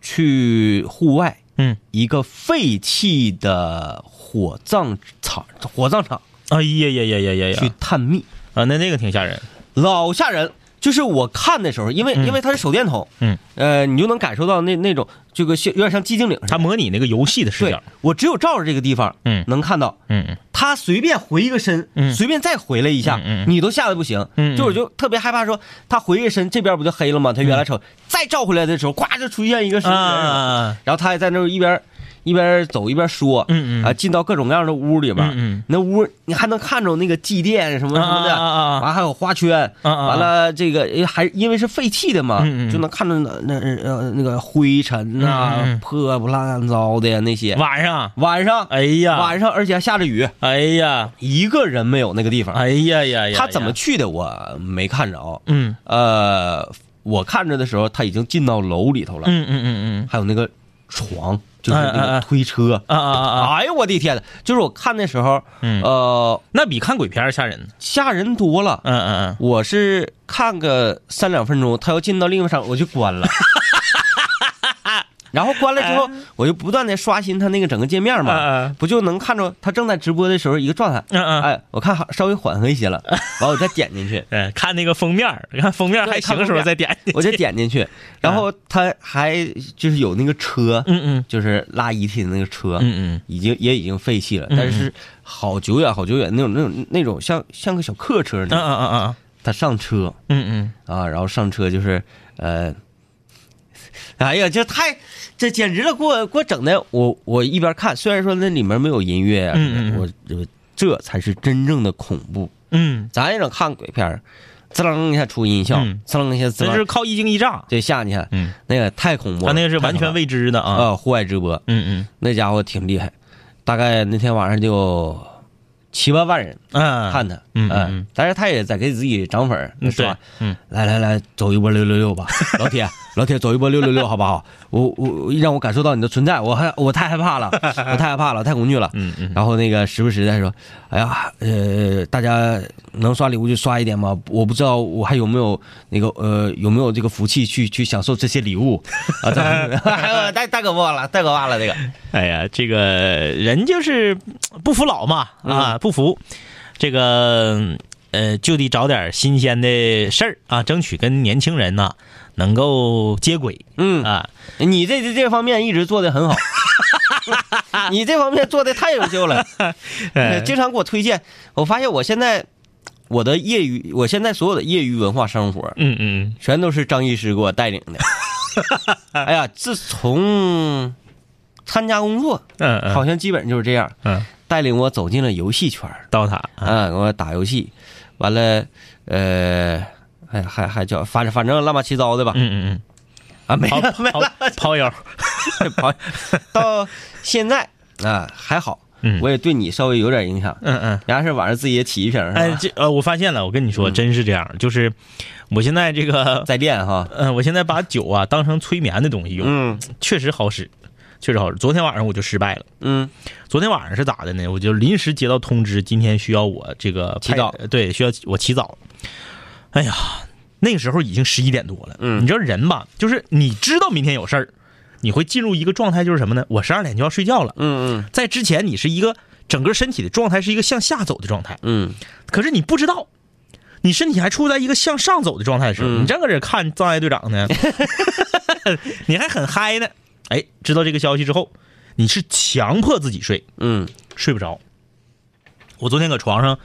Speaker 3: 去户外。
Speaker 4: 嗯，
Speaker 3: 一个废弃的火葬场，火葬场
Speaker 4: 哎呀呀呀呀呀
Speaker 3: 去
Speaker 4: 呀！
Speaker 3: 探秘，
Speaker 4: 啊，那那个挺吓人，
Speaker 3: 老吓人。就是我看的时候，因为
Speaker 4: 嗯
Speaker 3: 因为它是手电筒，
Speaker 4: 嗯，
Speaker 3: 呃，你就能感受到那那种这个像有点像寂静岭似的。
Speaker 4: 它模拟那个游戏的视
Speaker 3: 对
Speaker 4: 角。，
Speaker 3: 我只有照着这个地方
Speaker 4: 嗯
Speaker 3: 能看到，
Speaker 4: 嗯嗯
Speaker 3: 他随便回一个身，
Speaker 4: 嗯
Speaker 3: 随便再回来一下，
Speaker 4: 嗯嗯
Speaker 3: 你都吓得不行。
Speaker 4: 嗯嗯
Speaker 3: 就我就特别害怕说他回一个身，这边不就黑了吗？他原来瞅，再照回来的时候，咵就出现一个什么人，
Speaker 4: 嗯啊，
Speaker 3: 然后他还在那儿一边一边走一边说，
Speaker 4: 嗯嗯
Speaker 3: 啊，进到各种各样的屋里边儿，
Speaker 4: 嗯嗯
Speaker 3: 那屋你还能看着那个祭奠什么什么的，
Speaker 4: 啊啊啊啊
Speaker 3: 完还有花圈，
Speaker 4: 啊啊
Speaker 3: 完了这个诶还因为是废弃的嘛，
Speaker 4: 嗯嗯嗯
Speaker 3: 就能看着那那呃那个灰尘呐、
Speaker 4: 嗯嗯嗯
Speaker 3: 破不烂糟的呀那些。
Speaker 4: 晚上，
Speaker 3: 晚上，
Speaker 4: 哎呀，
Speaker 3: 晚上，而且还下着雨，
Speaker 4: 哎呀，
Speaker 3: 一个人没有那个地方。
Speaker 4: 哎呀呀呀！
Speaker 3: 他怎么？去的我没看着，
Speaker 4: 嗯
Speaker 3: 呃，我看着的时候他已经进到楼里头了，
Speaker 4: 嗯嗯嗯
Speaker 3: 还有那个床，就是那
Speaker 4: 嗯嗯
Speaker 3: 个
Speaker 4: 嗯
Speaker 3: 推车，
Speaker 4: 嗯啊啊啊！
Speaker 3: 哎呦我的天呐，就是我看的时候，
Speaker 4: 嗯
Speaker 3: 呃，
Speaker 4: 那比看鬼片吓人。
Speaker 3: 吓人多了。
Speaker 4: 嗯嗯
Speaker 3: 我是看个三两分钟，他要进到另一个场，我就关 了。然后关了之后，
Speaker 4: 哎
Speaker 3: 我就不断的刷新他那个整个界面
Speaker 4: 嗯
Speaker 3: 嘛，
Speaker 4: 嗯
Speaker 3: 不就能看着他正在直播的时候一个状态。
Speaker 4: 嗯嗯。
Speaker 3: 哎，我看好稍微缓和一些 了，完我再点进去，
Speaker 4: 嗯，看那个封面， 看封面还行的时候再点。
Speaker 3: 我再点进去，
Speaker 4: 啊
Speaker 3: 然后他还就是有那个车，
Speaker 4: 嗯嗯
Speaker 3: 就是拉遗体的那个车，
Speaker 4: 嗯
Speaker 3: 已经也已经废弃了，
Speaker 4: 嗯
Speaker 3: 但是好久远好久远那种那种那种像像个小客车
Speaker 4: 嗯嗯
Speaker 3: 那样，
Speaker 4: 嗯
Speaker 3: 他上车
Speaker 4: 嗯嗯
Speaker 3: 啊，然后上车就是呃，哎呀，这太这简直了，给我给我整的，我我一边看，虽然说那里面没有音乐啊，
Speaker 4: 嗯嗯嗯
Speaker 3: 我我这才是真正的恐怖，
Speaker 4: 嗯
Speaker 3: 咱也整看鬼片儿，滋楞一下出音效
Speaker 4: 嗯，
Speaker 3: 滋楞一下滋
Speaker 4: 这是
Speaker 3: 楞，
Speaker 4: 靠一惊一乍。
Speaker 3: 这吓你一下，啊
Speaker 4: 嗯，
Speaker 3: 那个太恐怖了，
Speaker 4: 他那个是完全
Speaker 3: 为
Speaker 4: 未知的啊。
Speaker 3: 啊户外直播，
Speaker 4: 嗯
Speaker 3: 那家伙挺厉害，大概那天晚上就七八万人
Speaker 4: 嗯嗯，
Speaker 3: 看他，
Speaker 4: 嗯嗯
Speaker 3: 哎
Speaker 4: 嗯
Speaker 3: 但是他也在给自己涨粉儿，
Speaker 4: 嗯
Speaker 3: 是吧？
Speaker 4: 对嗯，
Speaker 3: 来来来，走一波六六六吧， 老铁，老铁，走一波六六六好不好？我我让我感受到你的存在，我还我太害怕 了，我太害怕了，太恐惧了。
Speaker 4: 嗯嗯
Speaker 3: 然后那个时不时的说，哎呀，呃，大家能刷礼物就刷一点吗？我不知道我还有没有那个呃有没有这个福气去去享受这些礼物啊？这还有 太太可怕了，太可怕了，这个。
Speaker 4: 哎呀，这个人就是不服老嘛，啊，不服。这个嗯呃，就得找点新鲜的事儿啊，争取跟年轻人呐能够接轨
Speaker 3: 嗯，
Speaker 4: 啊。
Speaker 3: 你这这这方面一直做的很好， 你这方面做的太优秀 了，
Speaker 4: 哎
Speaker 3: 呃经常给我推荐。我发现我现在我的业余，我现在所有的业余文化生活，
Speaker 4: 嗯嗯
Speaker 3: 全都是张医师给我带领 的。哎呀，自从参加工作，
Speaker 4: 嗯嗯，
Speaker 3: 好像基本就是这样，
Speaker 4: 嗯，
Speaker 3: 带领我走进了游戏圈儿
Speaker 4: 刀塔啊，
Speaker 3: 啊，给我打游戏，完了，呃，还还还叫反正反正乱七八糟的吧，
Speaker 4: 嗯 嗯
Speaker 3: 啊，没
Speaker 4: 嗯，跑
Speaker 3: 了没
Speaker 4: 跑
Speaker 3: 了，
Speaker 4: 跑友，
Speaker 3: 跑到现在啊还好，
Speaker 4: 嗯
Speaker 3: 我也对你稍微有点影响。
Speaker 4: 嗯嗯。
Speaker 3: 然后是晚上自己也起一瓶是吧，
Speaker 4: 哎，这呃，我发现了，我跟你说，真是这样，就是我现在这个，
Speaker 3: 再练哈，
Speaker 4: 嗯、我现在把酒啊当成催眠的东西用，
Speaker 3: 嗯
Speaker 4: 确实好使，确实好使。昨天晚上我就失败了。
Speaker 3: 嗯
Speaker 4: 昨天晚上是咋的呢？我就临时接到通知，今天需要我这个
Speaker 3: 起早
Speaker 4: 派，对，需要我起早。哎呀，那个时候已经十一点多了。
Speaker 3: 嗯
Speaker 4: 你知道人吧，就是你知道明天有事儿，你会进入一个状态，就是什么呢？我十二点就要睡觉了。
Speaker 3: 嗯嗯
Speaker 4: 在之前，你是一个整个身体的状态是一个向下走的状态，
Speaker 3: 嗯
Speaker 4: 可是你不知道。你身体还处在一个向上走的状态的时候，
Speaker 3: 嗯
Speaker 4: 你正搁这看《葬爱队长》 呢，你还很嗨呢。哎，知道这个消息之后，你是强迫自己睡，
Speaker 3: 嗯，
Speaker 4: 睡不着。我昨天搁床上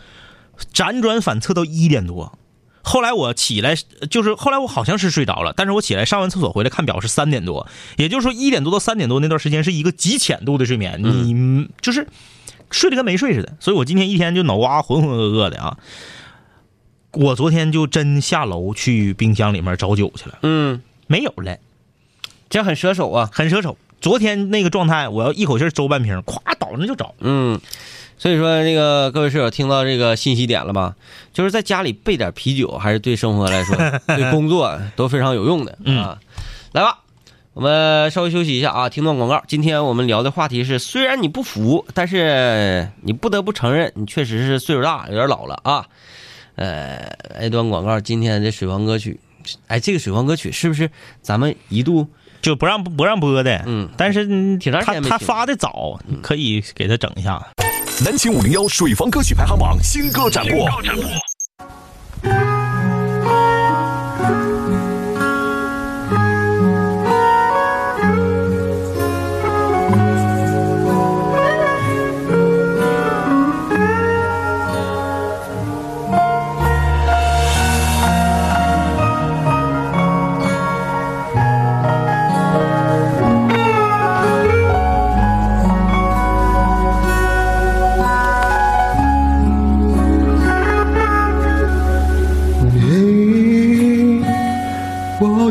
Speaker 4: 辗转反侧到一点多，后来我起来，就是后来我好像是睡着了，但是我起来上完厕所回来看表是三点多，也就是说一点多到三点多那段时间是一个极浅度的睡眠，你就是睡得跟没睡似的。所以我今天一天就脑瓜浑浑噩噩的啊。我昨天就真下楼去冰箱里面找酒去了，
Speaker 3: 嗯，
Speaker 4: 没有了。
Speaker 3: 这样很蛇手啊，
Speaker 4: 很舍手。昨天那个状态，我要一口气儿周半瓶，咵倒上就找。
Speaker 3: 嗯，所以说那个各位室友听到这个信息点了吧？就是在家里备点啤酒，还是对生活来说、对工作都非常有用的啊。来吧，我们稍微休息一下啊，听段广告。今天我们聊的话题是，虽然你不服，但是你不得不承认，你确实是岁数大，有点老了啊。呃，来一段广告，今天的水房歌曲，哎，这个水房歌曲是不是咱们一度
Speaker 4: 就不让不让播的，
Speaker 3: 嗯
Speaker 4: 但是嗯
Speaker 3: 挺长时
Speaker 4: 他
Speaker 3: 间没
Speaker 4: 他
Speaker 3: 听
Speaker 4: 发的早，可以给他整一下。
Speaker 5: 南秦五零幺水房歌曲排行榜新歌展播。
Speaker 6: 你，我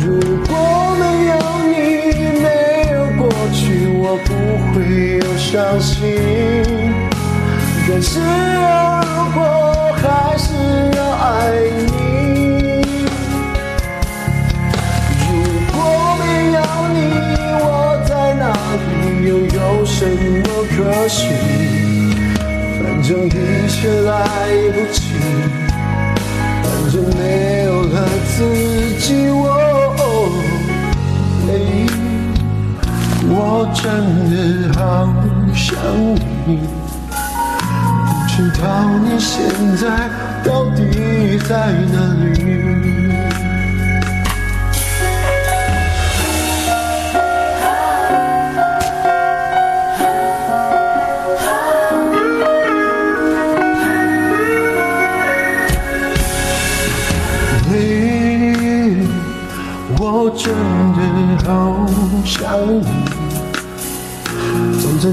Speaker 6: 如果没有你，没有过去，我不会有伤心。但是如果还是要爱你，如果没有你，我在哪里，又有什么可惜？反正一切来不及。反正没有了自己，我、哦哎我真的好想你，不知道你现在到底在哪里。你，我真的好想你。走在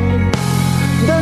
Speaker 6: 但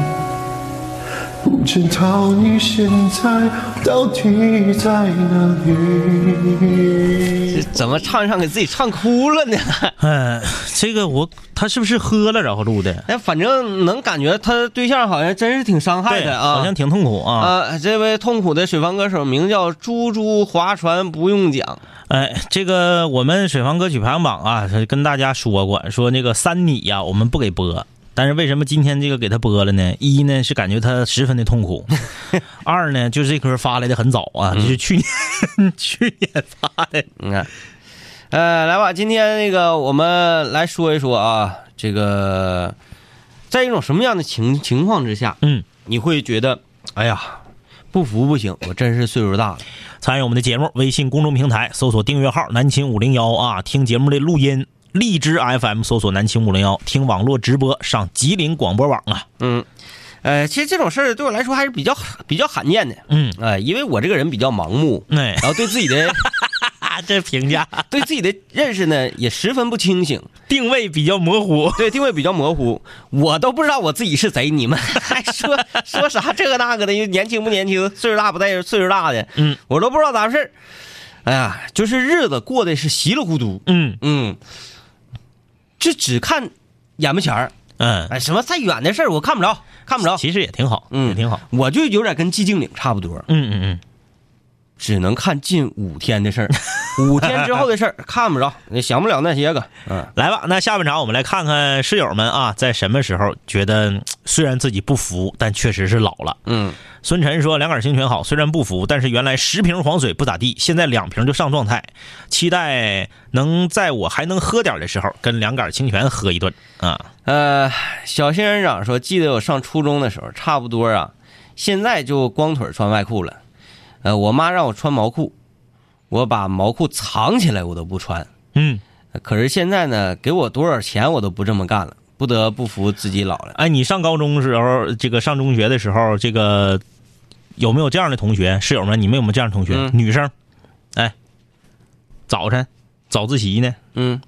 Speaker 6: 不知道你现在到底在哪里？
Speaker 3: 这怎么唱一唱给自己唱哭了呢？
Speaker 4: 嗯，这个我他是不是喝了然后录的？
Speaker 3: 哎，反正能感觉他对象好像真是挺伤害
Speaker 4: 对，
Speaker 3: 的啊，
Speaker 4: 好像挺痛苦啊。
Speaker 3: 啊，这位痛苦的水房歌手名叫猪猪划船不用讲，
Speaker 4: 哎，这个我们水房歌曲排行榜啊，是跟大家说过，说那个三你呀、我们不给播。但是为什么今天这个给他播了呢？一呢是感觉他十分的痛 苦，二呢就是这歌发来的很早啊，就是去年、 去年发的。
Speaker 3: 你看，呃，来吧，今天那个我们来说一说啊，这个在一种什么样的情情况之下，
Speaker 4: 嗯，
Speaker 3: 你会觉得，哎呀，不服不行，我真是岁数大了。
Speaker 4: 参与我们的节目，微信公众平台搜索订阅号“南秦五零幺”啊，听节目的录音。荔枝 FM 搜索“南秦五零幺”，听网络直播，上吉林广播网啊。
Speaker 3: 嗯，呃，其实这种事儿对我来说还是比较比较罕见的，
Speaker 4: 嗯，
Speaker 3: 呃，因为我这个人比较盲目，
Speaker 4: 哎，
Speaker 3: 然后对自己的
Speaker 4: 啊，这评价
Speaker 3: 对自己的认识呢也十分不清醒，
Speaker 4: 定位比较模糊。
Speaker 3: 对定位比较模糊，我都不知道我自己是贼，你们 还说说啥这个那个的，又年轻不年轻，岁数大不带岁数大的，
Speaker 4: 嗯，
Speaker 3: 我都不知道咋回事儿哎呀，就是日子过得是稀里糊涂，
Speaker 4: 嗯
Speaker 3: 嗯，这只看眼巴前儿，
Speaker 4: 嗯，
Speaker 3: 哎，什么再远的事儿我看不着，看不着，
Speaker 4: 其实也挺好，
Speaker 3: 嗯
Speaker 4: 也挺好。
Speaker 3: 我就有点跟寂静岭差不多，
Speaker 4: 嗯嗯嗯，
Speaker 3: 只能看近五天的事儿，五天之后的事儿 看不着，也想不了那些个，嗯。
Speaker 4: 来吧，那下半场我们来看看室友们啊，在什么时候觉得嗯虽然自己不服，但确实是老了。
Speaker 3: 嗯，
Speaker 4: 孙晨说：“两杆清泉好，虽然不服，但是原来十瓶黄水不咋地，现在两瓶就上状态。期待能在我还能喝点的时候，跟两杆清泉喝一顿啊。
Speaker 3: 呃，小仙人掌说，记得我上初中的时候，差不多啊，现在就光腿穿外裤了。呃，我妈让我穿毛裤，我把毛裤藏起来，我都不穿。
Speaker 4: 嗯，
Speaker 3: 可是现在呢，给我多少钱我都不这么干了，不得不服自己老了。
Speaker 4: 哎，你上高中时候，这个上中学的时候，这个有没有这样的同学？室友们，你们有没有这样的同学？
Speaker 3: 嗯
Speaker 4: 女生，哎，早晨早自习呢，
Speaker 3: 嗯，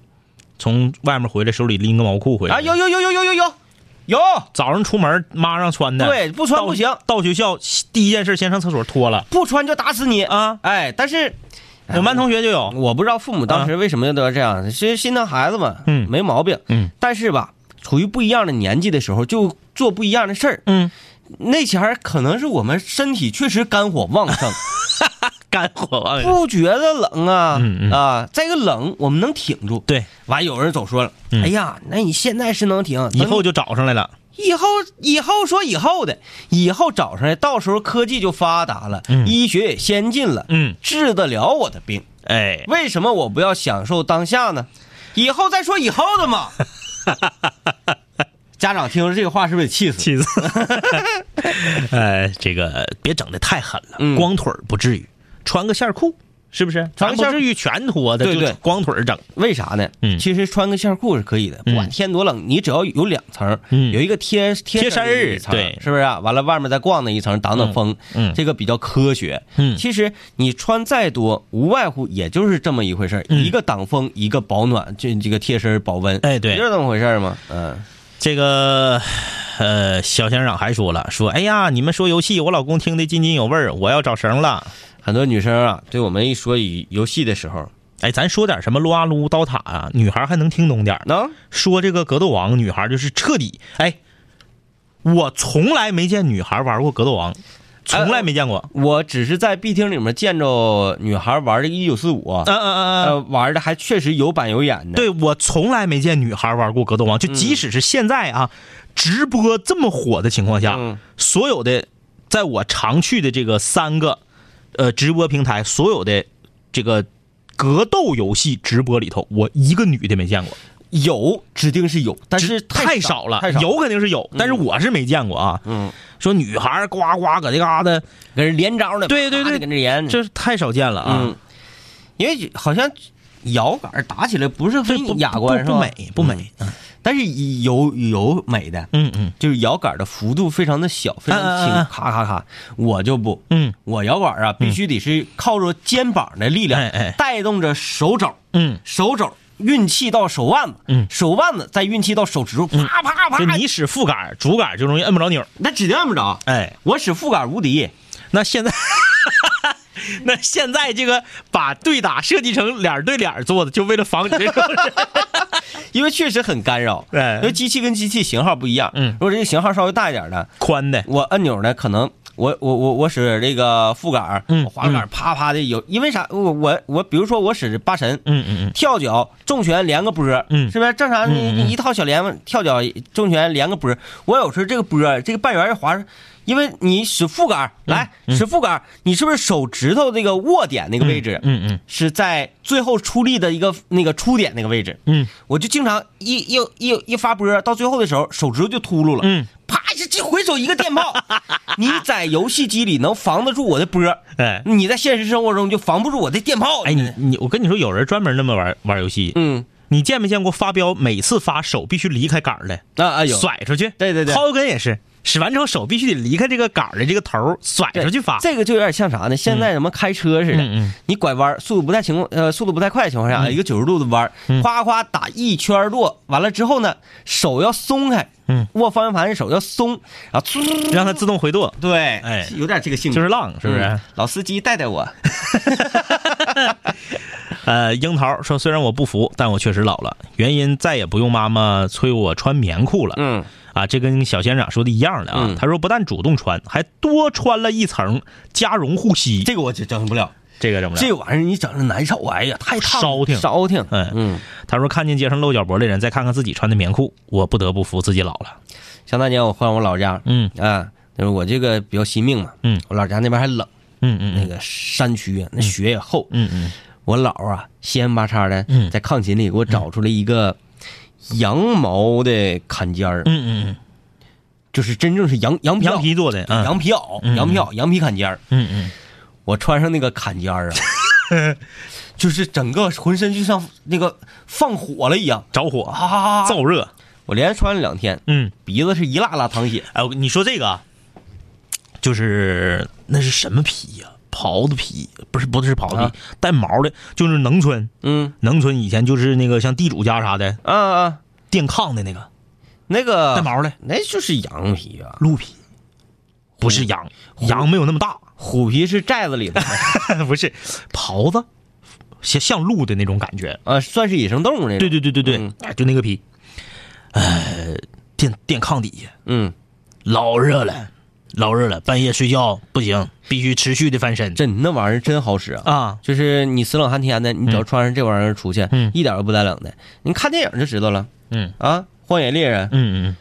Speaker 4: 从外面回来，手里拎个毛裤回来。
Speaker 3: 啊，有有有有有有有有，
Speaker 4: 早上出门妈让穿的，
Speaker 3: 对，不穿不行，
Speaker 4: 到学校第一件事先上厕所脱了。
Speaker 3: 不穿就打死你
Speaker 4: 啊！
Speaker 3: 哎，但是
Speaker 4: 我们班同学就有，
Speaker 3: 我不知道父母当时为什么都要这样，其实心疼孩子嘛，
Speaker 4: 嗯
Speaker 3: 没毛病，
Speaker 4: 嗯，
Speaker 3: 但是吧，处于不一样的年纪的时候，就做不一样的事儿。
Speaker 4: 嗯，
Speaker 3: 那前儿可能是我们身体确实肝火旺 盛，
Speaker 4: 干活啊，
Speaker 3: 不觉得冷啊，
Speaker 4: 嗯嗯
Speaker 3: 啊，再一个冷我们能挺住。
Speaker 4: 对，
Speaker 3: 完有人总说了，
Speaker 4: 嗯
Speaker 3: 哎呀，那你现在是能挺，
Speaker 4: 以后
Speaker 3: 就
Speaker 4: 就找上来了。
Speaker 3: 以后以后说以后的，以后找上来，到时候科技就发达了，
Speaker 4: 嗯
Speaker 3: 医学也先进了，
Speaker 4: 嗯，
Speaker 3: 治得了我的病。
Speaker 4: 哎，
Speaker 3: 为什么我不要享受当下呢？以后再说以后的 嘛。家长听了这个话是不是得气死？
Speaker 4: 妻子， 哎，这个别整的太狠了，
Speaker 3: 嗯
Speaker 4: 光腿儿不至于，穿个线儿裤是不是？
Speaker 3: 穿
Speaker 4: 咱
Speaker 3: 个
Speaker 4: 不
Speaker 3: 线儿
Speaker 4: 至于全脱的，
Speaker 3: 对对
Speaker 4: 就光腿儿整。
Speaker 3: 为啥呢？
Speaker 4: 嗯
Speaker 3: 其实穿个线裤是可以的，不管
Speaker 4: 嗯
Speaker 3: 天多冷，你只要有两层，
Speaker 4: 嗯
Speaker 3: 有一个贴贴
Speaker 4: 贴身儿
Speaker 3: 的一层
Speaker 4: 对
Speaker 3: 是不是啊、完了外面再逛那一层，挡挡风，
Speaker 4: 嗯嗯
Speaker 3: 这个比较科学。
Speaker 4: 嗯
Speaker 3: 其实你穿再多，无外乎也就是这么一回事儿、一个挡风，一个保暖，这这个贴身儿保温，
Speaker 4: 嗯哎对
Speaker 3: 不就是这么回事儿吗？嗯，
Speaker 4: 这个呃，小仙长还说了，说哎呀，你们说游戏，我老公听得津津有味儿，我要找绳了。
Speaker 3: 很多女生啊，对我们一说游游戏的时候，
Speaker 4: 哎，咱说点什么撸啊撸、刀塔啊，女孩还能听懂点儿。
Speaker 3: 能、
Speaker 4: 说这个格斗王，女孩就是彻底哎，我从来没见女孩玩过格斗王，从来没见过。
Speaker 3: 我只是在 B 厅里面见着女孩玩这个一九四五，
Speaker 4: 嗯嗯嗯嗯，
Speaker 3: 呃，玩的还确实有板有眼的。
Speaker 4: 对我从来没见女孩玩过格斗王，就
Speaker 3: 嗯
Speaker 4: 即使是现在啊，直播这么火的情况下，
Speaker 3: 嗯
Speaker 4: 所有的在我常去的这个三个呃直播平台，所有的这个格斗游戏直播里头，我一个女的没见过。
Speaker 3: 有指定是有，但是
Speaker 4: 只太
Speaker 3: 少
Speaker 4: 了
Speaker 3: 太少，
Speaker 4: 有肯定是有，但是我是没见过啊。
Speaker 3: 嗯，
Speaker 4: 说女孩儿呱呱搁这嘎达，
Speaker 3: 跟人连招呢，
Speaker 4: 对对
Speaker 3: 啪
Speaker 4: 对
Speaker 3: 地跟这连，
Speaker 4: 这是太少见了啊
Speaker 3: 嗯。，因为好像摇杆打起来不是
Speaker 4: 这
Speaker 3: 很
Speaker 4: 不
Speaker 3: 雅观，
Speaker 4: 不
Speaker 3: 是吧嗯
Speaker 4: 不美不，美。
Speaker 3: 但是有有美的，
Speaker 4: 嗯嗯
Speaker 3: 就是摇杆的幅度非常的小，非常轻
Speaker 4: 啊啊啊，
Speaker 3: 咔咔咔，我就不，
Speaker 4: 嗯
Speaker 3: 我摇杆啊必须得是靠着肩膀的力量
Speaker 4: 哎哎，
Speaker 3: 带动着手肘，
Speaker 4: 嗯，
Speaker 3: 手肘。运气到手腕子，
Speaker 4: 嗯
Speaker 3: 手腕子再运气到手指头，啪啪啪
Speaker 4: 就，你使副杆儿，主杆儿就容易摁不着钮儿。
Speaker 3: 那指定按不着。
Speaker 4: 哎，
Speaker 3: 我使副杆无敌，
Speaker 4: 那现在。 那现在这个把对打设计成脸儿对脸儿做的，就为了防止这 种事儿
Speaker 3: 因为确实很干扰。
Speaker 4: 哎
Speaker 3: 因为机器跟机器型号不一样。
Speaker 4: 嗯
Speaker 3: 如果这个型号稍微大一点的，
Speaker 4: 宽的。
Speaker 3: 我按钮呢可能。我我我我使这个副杆儿，
Speaker 4: 嗯
Speaker 3: 我滑杆儿啪啪的有，因为啥？我我我，比如说我使八神，
Speaker 4: 嗯嗯嗯，
Speaker 3: 跳脚、重拳连个波儿，
Speaker 4: 嗯
Speaker 3: 是不是？正常你一套小连跳脚、重拳连个波儿，我有时候这个波儿这个半圆儿滑，因为你使副杆儿
Speaker 4: 嗯
Speaker 3: 来使副杆儿，你是不是手指头这个握点那个位置，
Speaker 4: 嗯嗯
Speaker 3: 是在最后出力的一个那个出点那个位置？
Speaker 4: 嗯，
Speaker 3: 我就经常一一一一发波，到最后的时候手指头就秃噜了，
Speaker 4: 嗯，
Speaker 3: 啪一下这回手一个电炮， 你在游戏机里能防得住我的波，
Speaker 4: 哎
Speaker 3: 你在现实生活中就防不住我的电炮。
Speaker 4: 哎，你你，我跟你说，有人专门那么玩玩游戏。
Speaker 3: 嗯，
Speaker 4: 你见没见过发飙？每次发手必须离开杆儿来，
Speaker 3: 啊啊有。
Speaker 4: 甩出去。
Speaker 3: 对对对
Speaker 4: 抛根也是，使完之后手必须得离开这个杆儿的这个头儿，甩
Speaker 3: 对
Speaker 4: 出去发。
Speaker 3: 这个就有点像啥呢？现在咱们开车似的，
Speaker 4: 啊嗯嗯
Speaker 3: 你拐弯儿速度不太情况呃速度不太快的情况下，一个九十度的弯儿，
Speaker 4: 嗯
Speaker 3: 夸夸打一圈儿落，完了之后呢，手要松开，
Speaker 4: 嗯
Speaker 3: 握方向盘手要松，然后嗖
Speaker 4: 让它自动回舵，
Speaker 3: 对，
Speaker 4: 哎
Speaker 3: 有点这个性质，
Speaker 4: 就是浪，是不是？
Speaker 3: 嗯老司机带带我，
Speaker 4: 呃，樱桃说，虽然我不服，但我确实老了，原因再也不用妈妈催我穿棉裤了。
Speaker 3: 嗯，
Speaker 4: 啊，这跟小仙长说的一样的啊。
Speaker 3: 嗯
Speaker 4: 他说不但主动穿，还多穿了一层加绒护膝。
Speaker 3: 这个我 就整不了，
Speaker 4: 这个怎么了？
Speaker 3: 这玩意儿你整着难受，哎呀，太烫了，
Speaker 4: 烧挺
Speaker 3: 烧挺，
Speaker 4: 嗯
Speaker 3: 嗯，
Speaker 4: 他说看见街上露脚脖的人，再看看自己穿的棉裤，我不得不服自己老了。
Speaker 3: 想当年我换我老家，
Speaker 4: 嗯
Speaker 3: 啊，就是我这个比较惜命嘛，
Speaker 4: 嗯，
Speaker 3: 我老家那边还冷，
Speaker 4: 嗯嗯
Speaker 3: 那个山区啊那雪也厚，
Speaker 4: 嗯嗯
Speaker 3: 我姥儿啊，稀烟巴叉的
Speaker 4: 嗯，
Speaker 3: 在炕琴里给我找出了一个羊毛的坎肩儿，
Speaker 4: 嗯嗯
Speaker 3: 就是真正是羊羊
Speaker 4: 嗯，
Speaker 3: 皮袄
Speaker 4: 羊皮做的，嗯
Speaker 3: 羊皮袄
Speaker 4: 嗯
Speaker 3: 羊皮袄羊皮坎肩儿。
Speaker 4: 嗯嗯，
Speaker 3: 我穿上那个坎肩 儿啊，就是整个浑身就像那个放火了一样，
Speaker 4: 着火，
Speaker 3: 哈哈哈哈！
Speaker 4: 燥热。
Speaker 3: 我连穿了两天，
Speaker 4: 啊嗯，
Speaker 3: 鼻子是一辣辣淌血。
Speaker 4: 哎，我你说这个啊，就是那是什么皮呀、狍子皮不是不是狍子皮，
Speaker 3: 啊
Speaker 4: 带毛的，就是农村，
Speaker 3: 嗯
Speaker 4: 农村以前就是那个像地主家啥的
Speaker 3: 啊啊，
Speaker 4: 垫炕的那个
Speaker 3: 那
Speaker 4: 带
Speaker 3: 个
Speaker 4: 毛的
Speaker 3: 那就是羊皮啊，
Speaker 4: 鹿皮，不是羊，羊没有那 么大，
Speaker 3: 虎皮是寨子里 的
Speaker 4: 不是狍子，像像鹿的那种感觉。
Speaker 3: 啊，算是野生动物那种。
Speaker 4: 对对对对对
Speaker 3: 嗯，
Speaker 4: 哎就那个皮，呃，垫垫炕底下，
Speaker 3: 嗯，
Speaker 4: 老热了，老热了，半夜睡觉不行，必须持续的翻身。
Speaker 3: 真那玩意儿真好使啊！
Speaker 4: 啊，
Speaker 3: 就是你死冷寒天的，你只要穿上这玩意儿出去，
Speaker 4: 嗯
Speaker 3: 一点儿都不带冷的。你看电影就知道了
Speaker 4: 嗯
Speaker 3: 啊，《荒野猎人》
Speaker 4: 嗯嗯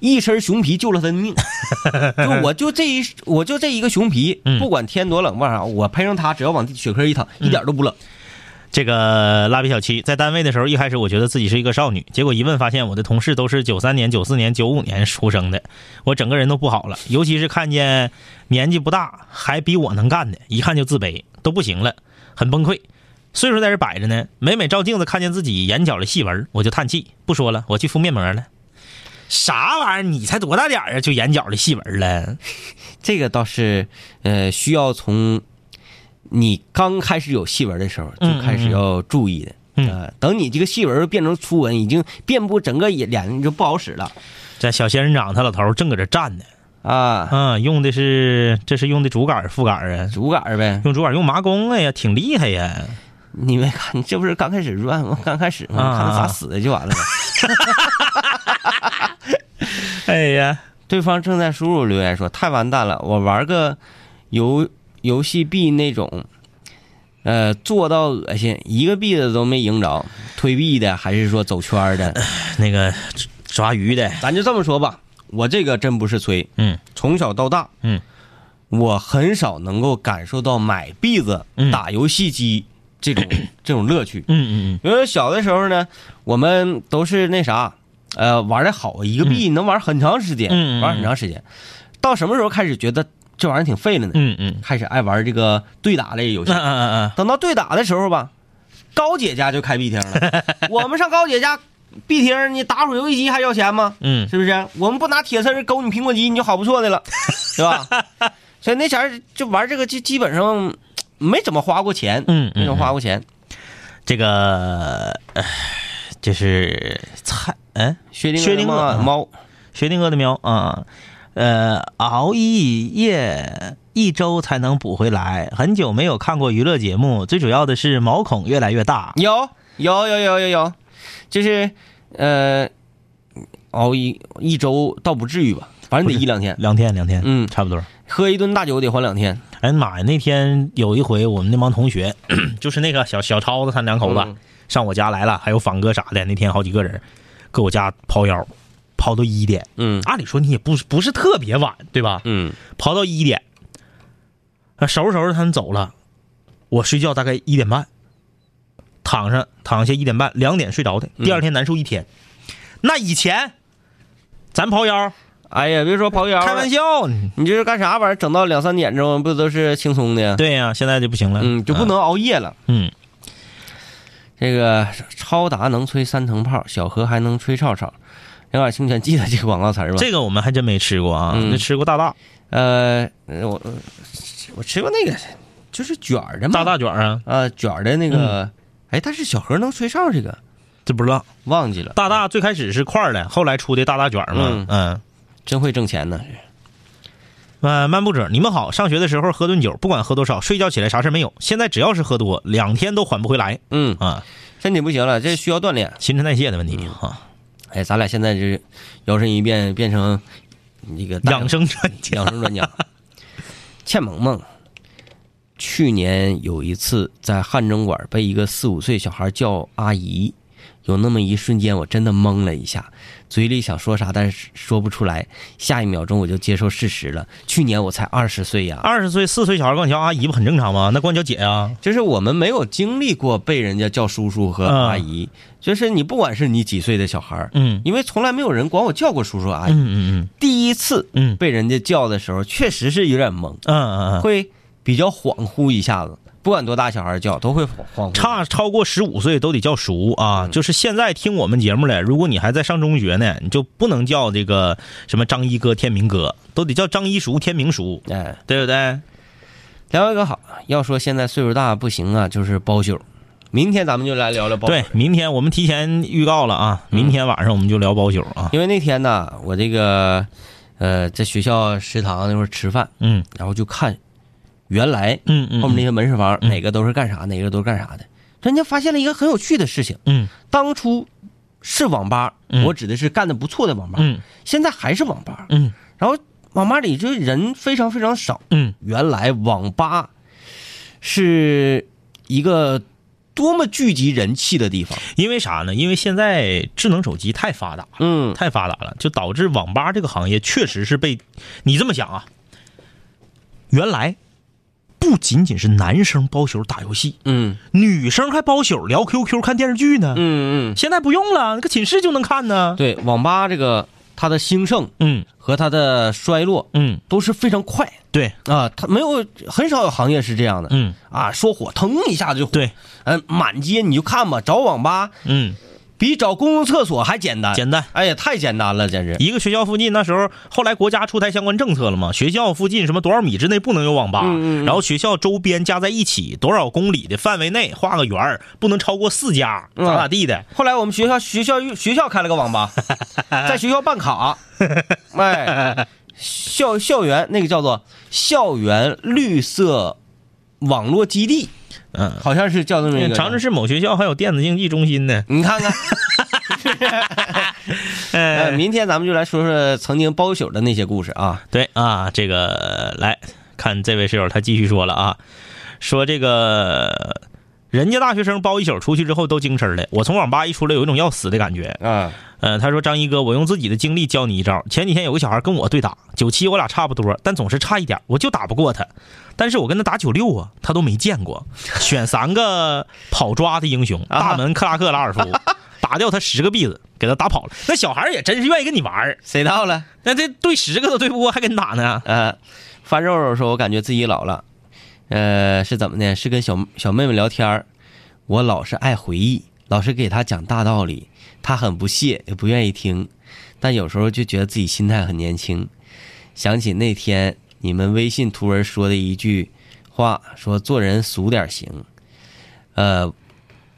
Speaker 3: 一身熊皮救了他的 命，就我就这一我就这一个熊皮
Speaker 4: 嗯，
Speaker 3: 不管天多冷多啥，我配上它，只要往地雪坑一躺，一点儿都不冷。
Speaker 4: 这个蜡笔小七在单位的时候，一开始我觉得自己是一个少女，结果一问发现我的同事都是九三年、九四年、九五年出生的，我整个人都不好了。尤其是看见年纪不大还比我能干的，一看就自卑，都不行了。很崩溃。岁数在这摆着呢，每每照镜子看见自己眼角的细纹，我就叹气，不说了，我去敷面膜了。啥玩意儿？你才多大点儿啊，就眼角的细纹了？
Speaker 3: 这个倒是，呃，需要从你刚开始有细纹的时候就开始要注意的。
Speaker 4: 嗯
Speaker 3: 呃等你这个细纹变成粗纹，已经遍布整个眼脸，你就不好使了
Speaker 4: 这小仙人掌他老头儿正搁这站呢，
Speaker 3: 啊！
Speaker 4: 啊，用的是这是用的竹竿儿、副杆儿啊，
Speaker 3: 竹竿呗，
Speaker 4: 用竹竿儿用麻弓哎了呀，挺厉害呀。
Speaker 3: 你没看？你这不是刚开始乱 吗？刚开始吗？
Speaker 4: 啊
Speaker 3: 看他咋死的就完了呗。
Speaker 4: 哎呀，
Speaker 3: 对方正在输入留言说：“太完蛋了，我玩个游游戏币那种，呃，做到恶心，一个币子都没赢着，推币的还是说走圈儿的？
Speaker 4: 那个抓抓鱼的，
Speaker 3: 咱就这么说吧，我这个真不是吹，
Speaker 4: 嗯
Speaker 3: 从小到大，
Speaker 4: 嗯，
Speaker 3: 我很少能够感受到买币子、
Speaker 4: 嗯
Speaker 3: 打游戏机这种这种乐趣。
Speaker 4: 嗯嗯
Speaker 3: 因为小的时候呢，我们都是那啥，呃，玩的好，一个币能玩很长时间，
Speaker 4: 嗯嗯嗯嗯
Speaker 3: 玩很长时间。到什么时候开始觉得这玩意儿挺废了呢？
Speaker 4: 嗯嗯嗯，
Speaker 3: 开始爱玩这个对打类游戏
Speaker 4: 嗯。嗯嗯
Speaker 3: 等到对打的时候吧，高姐家就开币厅 了。我们上高姐家币厅，你打会儿游戏机还要钱吗？
Speaker 4: 嗯
Speaker 3: 是不是？我们不拿铁丝儿勾你苹果肌，你就好不错的 了，对吧？所以那前儿就玩这个，就基本上没怎么花过钱，
Speaker 4: 嗯嗯
Speaker 3: 没怎么花过钱。
Speaker 4: 这个唉就是菜，嗯，
Speaker 3: 薛定
Speaker 4: 薛定谔
Speaker 3: 谔的
Speaker 4: 啊
Speaker 3: 猫，
Speaker 4: 薛定谔的喵啊、呃，熬一夜一周才能补回来，很久没有看过娱乐节目，最主要的是毛孔越来越大。
Speaker 3: 有有有有有有，就是呃，熬一一周倒不至于吧，反正得一两天，
Speaker 4: 两天，两天，
Speaker 3: 嗯
Speaker 4: 差不多。
Speaker 3: 喝一顿大酒得缓两天。
Speaker 4: 哎呀妈呀！那天有一回，我们那帮同学， 就是那个小小超子他两口子、
Speaker 3: 嗯
Speaker 4: 上我家来了，还有仿哥啥的。那天好几个人，搁我家抛腰，抛到一点。
Speaker 3: 嗯
Speaker 4: 按理说你也不是不是特别晚，对吧？
Speaker 3: 嗯，
Speaker 4: 跑到一点，啊收拾收拾他们走了，我睡觉大概一点半，躺上躺下一点半，两点睡着
Speaker 3: 嗯
Speaker 4: 的，第二天难受一天。那以前咱刨腰
Speaker 3: 哎呀，别说跑腰了，
Speaker 4: 开玩笑，你
Speaker 3: 你这是干啥玩意儿？整到两三点钟不都是轻松的？
Speaker 4: 对呀、现在就不行了，
Speaker 3: 嗯，就不能熬夜了。
Speaker 4: 嗯
Speaker 3: 这个超达能吹三层炮，小何还能吹哨哨。两杆清泉记得这个广告词儿吧？
Speaker 4: 这个我们还真没吃过啊，
Speaker 3: 嗯
Speaker 4: 那吃过大大
Speaker 3: 呃，我我吃过那个，就是卷儿的嘛，
Speaker 4: 大大卷啊，
Speaker 3: 呃卷儿的那个，
Speaker 4: 嗯
Speaker 3: 哎，但是小何能吹哨这个
Speaker 4: 这不知道
Speaker 3: 忘记了，
Speaker 4: 大大最开始是块儿的，后来出的大大卷嘛
Speaker 3: 嗯，
Speaker 4: 嗯。
Speaker 3: 真会挣钱呢。
Speaker 4: 呃，漫步者，你们好。上学的时候喝顿酒，不管喝多少，睡觉起来啥事儿没有。现在只要是喝多，两天都缓不回来
Speaker 3: 嗯，
Speaker 4: 啊。
Speaker 3: 身体不行了，这需要锻炼。
Speaker 4: 新陈代谢的问题啊，
Speaker 3: 哎，咱俩现在就是摇身一变变成那个大
Speaker 4: 养生专家
Speaker 3: 养生专 家。倩萌萌，去年有一次在汗蒸馆被一个四五岁小孩叫阿姨，有那么一瞬间我真的懵了一下，嘴里想说啥，但是说不出来。下一秒钟我就接受事实了，去年我才二十岁呀、
Speaker 4: 二十岁、四岁小孩管你叫啊阿姨不很正常吗？那管你叫姐呀、
Speaker 3: 就是我们没有经历过被人家叫叔叔和阿姨，就是你不管是你几岁的小孩儿，
Speaker 4: 嗯
Speaker 3: 因为从来没有人管我叫过叔叔阿姨，
Speaker 4: 嗯嗯
Speaker 3: 第一次
Speaker 4: 嗯
Speaker 3: 被人家叫的时候，确实是有点懵，
Speaker 4: 嗯嗯嗯，
Speaker 3: 会比较恍惚一下子。不管多大小孩叫，都会恍恍惚。
Speaker 4: 差超过十五岁都得叫叔啊。
Speaker 3: 嗯
Speaker 4: 就是现在听我们节目了，如果你还在上中学呢，你就不能叫这个什么张一哥、天明哥，都得叫张一叔、天明叔，
Speaker 3: 哎，
Speaker 4: 对不对？
Speaker 3: 聊一个好，要说现在岁数大不行啊，就是包宿。明天咱们就来聊聊包宿。嗯
Speaker 4: 对，明天我们提前预告了啊，明天晚上我们就聊包宿啊。
Speaker 3: 因为那天呢，我这个呃在学校食堂那块儿吃饭，
Speaker 4: 嗯
Speaker 3: 然后就看原来
Speaker 4: 嗯嗯，
Speaker 3: 后面那些门市房、
Speaker 4: 嗯
Speaker 3: 哪个都是干啥，哪个都是干啥的。人家发现了一个很有趣的事情，
Speaker 4: 嗯
Speaker 3: 当初是网吧，
Speaker 4: 嗯
Speaker 3: 我指的是干的不错的网吧，
Speaker 4: 嗯
Speaker 3: 现在还是网吧，
Speaker 4: 嗯
Speaker 3: 然后网吧里就人非常非常少。
Speaker 4: 嗯
Speaker 3: 原来网吧是一个多么聚集人气的地方。
Speaker 4: 因为啥呢？因为现在智能手机太发达了。
Speaker 3: 嗯
Speaker 4: 太发达了，就导致网吧这个行业确实是被你这么想啊。原来不仅仅是男生包宿打游戏，
Speaker 3: 嗯
Speaker 4: 女生还包宿聊 QQ、看电视剧呢。
Speaker 3: 嗯嗯，
Speaker 4: 现在不用了，搁寝室就能看呢。
Speaker 3: 对，网吧这个它的兴盛
Speaker 4: 嗯
Speaker 3: 和它的衰落
Speaker 4: 嗯
Speaker 3: 都是非常快。
Speaker 4: 对，
Speaker 3: 啊，他没有很少有行业是这样的，
Speaker 4: 嗯
Speaker 3: 啊，说火腾一下子就火，
Speaker 4: 对，
Speaker 3: 嗯，满街你就看吧，找网吧
Speaker 4: 嗯，
Speaker 3: 比找公共厕所还简单，
Speaker 4: 简单
Speaker 3: 哎呀，太简单了，简直，
Speaker 4: 一个学校附近那时候，后来国家出台相关政策了嘛，学校附近什么多少米之内不能有网吧，然后学校周边加在一起多少公里的范围内画个圆儿，不能超过四家，咋咋地的。
Speaker 3: 后来我们学校学校学校开了个网 吧，在学校办卡，哎，校校园那个叫做校园绿色网络基地，
Speaker 4: 嗯，
Speaker 3: 好像是叫那么一个。
Speaker 4: 长春市某学校还有电子竞技中心呢。
Speaker 3: 你看看， 呃，
Speaker 4: 哎，
Speaker 3: 明天咱们就来说说曾经包宿的那些故事啊。
Speaker 4: 对啊，这个来看这位室友，他继续说了啊，说这个人家大学生包一宿出去之后都精神了，我从网吧一出来有一种要死的感觉。
Speaker 3: 啊，
Speaker 4: 呃，他说张一哥，我用自己的经历教你一招。前几天有个小孩跟我对打，九七我俩差不多，但总是差一点，我就打不过他。但是我跟他打九六啊，他都没见过。选三个跑抓的英雄，大门、克拉克、拉尔夫，打掉他十个币子，给他打跑了。那小孩也真是愿意跟你玩儿，
Speaker 3: 谁到了？
Speaker 4: 那这对十个都对不过，还跟你打呢。
Speaker 3: 呃，范肉肉说，我感觉自己老了。呃，是怎么的？是跟小小妹妹聊天儿，我老是爱回忆，老是给她讲大道理，她很不屑，也不愿意听，但有时候就觉得自己心态很年轻。想起那天你们微信图文说的一句话，说做人俗点儿行。呃，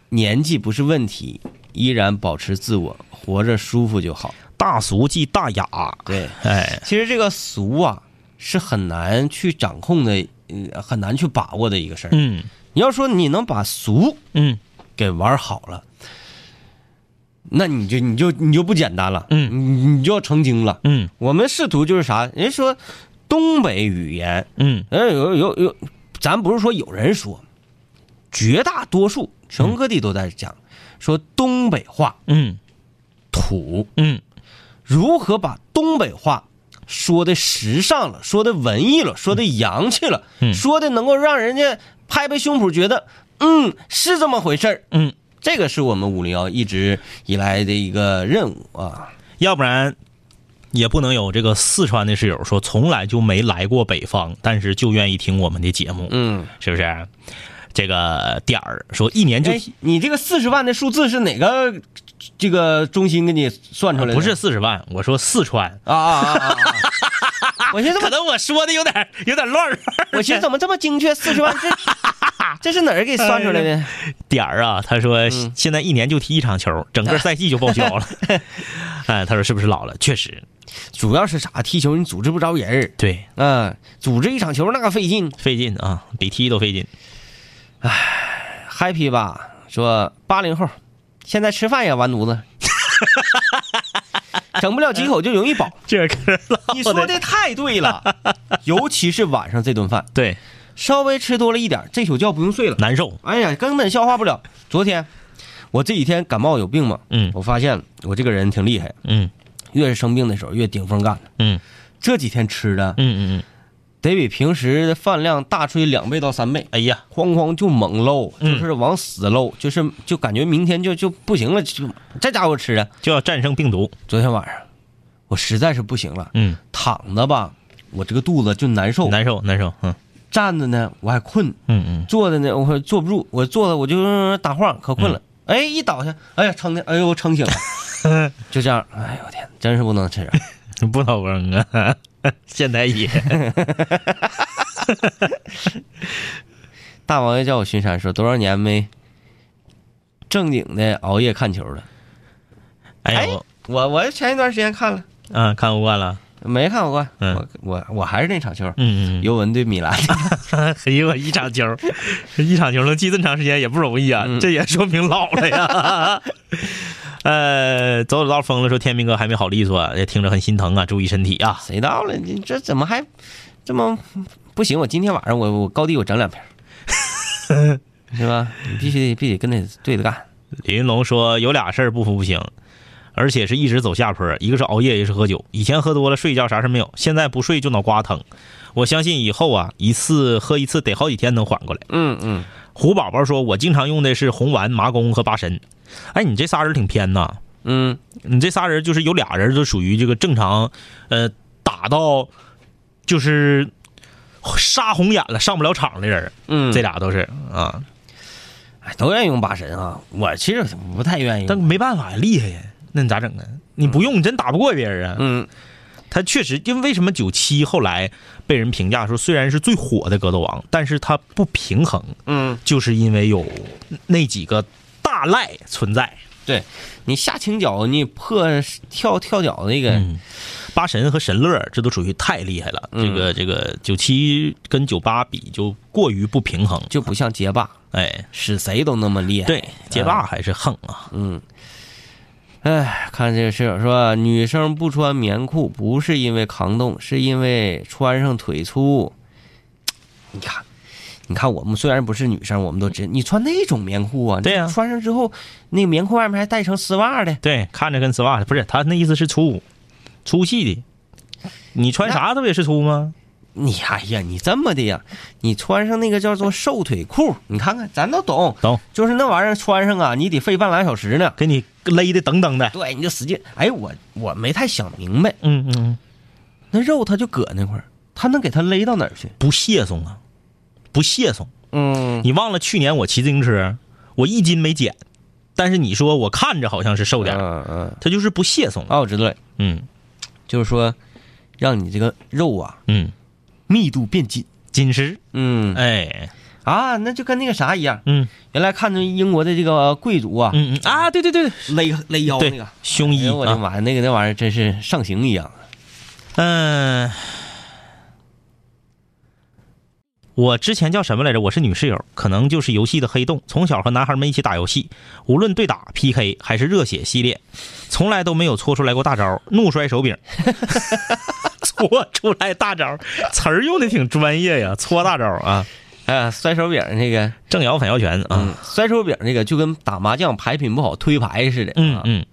Speaker 3: 年纪不是问题，依然保持自我，活着舒服就好。
Speaker 4: 大俗即大雅，
Speaker 3: 对。
Speaker 4: 哎，
Speaker 3: 其实这个俗啊，是很难去掌控的，呃，很难去把握的一个事儿。
Speaker 4: 嗯
Speaker 3: 你要说你能把俗
Speaker 4: 嗯
Speaker 3: 给玩好了，那你就你就你就不简单了，
Speaker 4: 嗯
Speaker 3: 你，你就要成精了。
Speaker 4: 嗯
Speaker 3: 我们试图就是啥？人家说东北语言，
Speaker 4: 嗯
Speaker 3: 呃，有有有，咱不是说有人说，绝大多数全国各地都在讲，说东北话
Speaker 4: 嗯
Speaker 3: 土，
Speaker 4: 嗯
Speaker 3: 如何把东北话说的时尚了，说的文艺了，说的洋气了，
Speaker 4: 嗯
Speaker 3: 说的能够让人家拍拍胸脯觉得，嗯，是这么回事儿。
Speaker 4: 嗯，
Speaker 3: 这个是我们五零幺一直以来的一个任务啊。
Speaker 4: 要不然也不能有这个四川的室友说从来就没来过北方，但是就愿意听我们的节目，
Speaker 3: 嗯，
Speaker 4: 是不是？这个点儿说一年就、
Speaker 3: 哎，你这个四十万的数字是哪个这个中心给你算出来的？
Speaker 4: 不是四十万，我说四川，
Speaker 3: 啊啊啊啊！啊 我寻思怎
Speaker 4: 可
Speaker 3: 么，
Speaker 4: 能我说的有点有 点乱乱。
Speaker 3: 我寻思怎么这么精确？四十万这这是哪儿给算出来 的？
Speaker 4: 点儿啊，他说
Speaker 3: 嗯
Speaker 4: 现在一年就踢一场球，整个赛季就 报销了。哎，他说是不是老了？确实，
Speaker 3: 主要是啥？踢球你组织不着人儿，
Speaker 4: 对，
Speaker 3: 嗯，组织一场球那个费劲。
Speaker 4: 费劲啊，比踢都费劲。
Speaker 3: happy 吧，说八零后，现在吃饭也完犊子， 整不了几口就容易 饱。
Speaker 4: 这个
Speaker 3: 你说的太对了，尤其是晚上这顿饭，
Speaker 4: 对
Speaker 3: 稍微吃多了一点，这宿觉不用睡了。
Speaker 4: 难受，
Speaker 3: 哎呀，根本消化不了。昨天我这几天感冒有病嘛，
Speaker 4: 嗯
Speaker 3: 我发现我这个人挺厉害，
Speaker 4: 嗯
Speaker 3: 越是生病的时候越顶风干的。
Speaker 4: 嗯
Speaker 3: 这几天吃的
Speaker 4: 嗯嗯嗯，
Speaker 3: 得比平时的饭量大出去两倍到三倍。
Speaker 4: 哎呀，
Speaker 3: 哐哐就猛搂，就
Speaker 4: 嗯
Speaker 3: 是往死搂，就是就感觉明天就就不行了，就这家伙吃的。
Speaker 4: 就要战胜病毒。
Speaker 3: 昨天晚上我实在是不行了，
Speaker 4: 嗯，
Speaker 3: 躺着吧，我这个肚子就难受；
Speaker 4: 难受难受，嗯
Speaker 3: 站着呢，我还困；
Speaker 4: 嗯嗯，
Speaker 3: 坐着呢，我坐不住，我坐着我就打晃，可困了。哎，一倒下，哎呀，撑的，哎呦，撑醒 了，就这样，哎呦我天，真是不能 吃。啊
Speaker 4: 不老翁啊， 现代也
Speaker 3: 大王爷叫我巡山，说多少年没正经的熬夜看球了。
Speaker 4: 哎呦，
Speaker 3: 我我前一段时间看了，
Speaker 4: 啊，看欧冠了，
Speaker 3: 没看过，
Speaker 4: 嗯
Speaker 3: 我我我还是那场球，
Speaker 4: 嗯嗯
Speaker 3: 尤文对米兰，
Speaker 4: 嗯，哎呦，一场球， 一场球能记这么长时间也不容易啊，这也说明老了 呀。呃，走走道疯了，说天明哥还没好利索啊，也听着很心疼啊，注意身体啊。
Speaker 3: 谁到了？你这怎么还这么不行？我今天晚上我我高低我整两瓶儿， 是吧？你必须得必须得跟他对着干。
Speaker 4: 李云龙说有俩事儿不服不行，而且是一直走下坡，一个是熬夜，一个是喝酒。以前喝多了睡一觉啥事没有，现在不睡就脑瓜疼。我相信以后啊，一次喝一次得好几天能缓过来。
Speaker 3: 嗯嗯，
Speaker 4: 胡宝宝说：“我经常用的是红丸、麻宫和八神。”哎，你这仨人挺偏呐！
Speaker 3: 嗯，
Speaker 4: 你这仨人就是有俩人就属于这个正常，呃，打到就是杀红眼了上不了场的人，
Speaker 3: 嗯，
Speaker 4: 这俩都是啊，
Speaker 3: 哎都愿意用八神啊，我其实不太愿意用。
Speaker 4: 但没办法呀，厉害呀，那你咋整啊？你不用，你真打不过别人啊。
Speaker 3: 嗯
Speaker 4: 他确实，因为为什么九七后来被人评价说虽然是最火的格斗王，但是他不平衡，
Speaker 3: 嗯，
Speaker 4: 就是因为有那几个大赖存在。
Speaker 3: 对你下倾角，你破跳跳脚那个，
Speaker 4: 嗯，八神和神乐这都属于太厉害了。
Speaker 3: 嗯
Speaker 4: 这个这个九七跟九八比就过于不平衡，
Speaker 3: 就不像街霸，
Speaker 4: 哎，
Speaker 3: 使谁都那么厉害。
Speaker 4: 对，街霸还是横啊，
Speaker 3: 嗯，哎，看这个室友说，女生不穿棉裤不是因为扛冻，是因为穿上腿粗。你看，你看，我们虽然不是女生，我们都知你穿那种棉裤啊，
Speaker 4: 对呀
Speaker 3: 穿上之后，那个棉裤外面还带一层丝袜的，
Speaker 4: 对，看着跟丝袜似的，不是他那意思是粗，粗细的。你穿啥不也是粗吗？
Speaker 3: 你哎呀，你这么的呀？你穿上那个叫做瘦腿裤，你看看，咱都懂，
Speaker 4: 懂，
Speaker 3: 就是那玩意儿穿上啊，你得费半拉小时呢。
Speaker 4: 给你勒的等等的。
Speaker 3: 对，你就使劲。哎，我我没太想明白，
Speaker 4: 嗯嗯嗯，
Speaker 3: 那肉它就搁那块儿，它能给它勒到哪儿去？
Speaker 4: 不屑松啊，不屑松。
Speaker 3: 嗯，
Speaker 4: 你忘了去年我骑自行车，我一斤没减，但是你说我看着好像是瘦点儿，
Speaker 3: 嗯嗯。
Speaker 4: 他就是不屑松。
Speaker 3: 啊，我知道了，
Speaker 4: 嗯
Speaker 3: 就是说，让你这个肉啊
Speaker 4: 嗯，
Speaker 3: 密度变紧。
Speaker 4: 紧实，
Speaker 3: 嗯
Speaker 4: 哎，
Speaker 3: 啊，那就跟那个啥一样，
Speaker 4: 嗯
Speaker 3: 原来看着英国的这个贵族啊，
Speaker 4: 嗯嗯啊，对对对
Speaker 3: 勒勒腰那
Speaker 4: 对
Speaker 3: 个，，
Speaker 4: 胸
Speaker 3: 哎
Speaker 4: 衣
Speaker 3: 呦我的
Speaker 4: 啊，
Speaker 3: 妈呀，那个那玩意儿真是上刑一样。啊
Speaker 4: 嗯。我之前叫什么来着？我是女室友，可能就是游戏的黑洞。从小和男孩们一起打游戏，无论对打、PK 还是热血系列，从来都没有搓出来过大招，怒摔手柄，搓出来大招，词儿用的挺专业呀，搓大招啊，
Speaker 3: 啊，摔手柄那个，
Speaker 4: 正摇反摇拳啊
Speaker 3: 嗯，，摔手柄那个就跟打麻将牌品不好推牌似的。
Speaker 4: 嗯
Speaker 3: 啊，
Speaker 4: 嗯。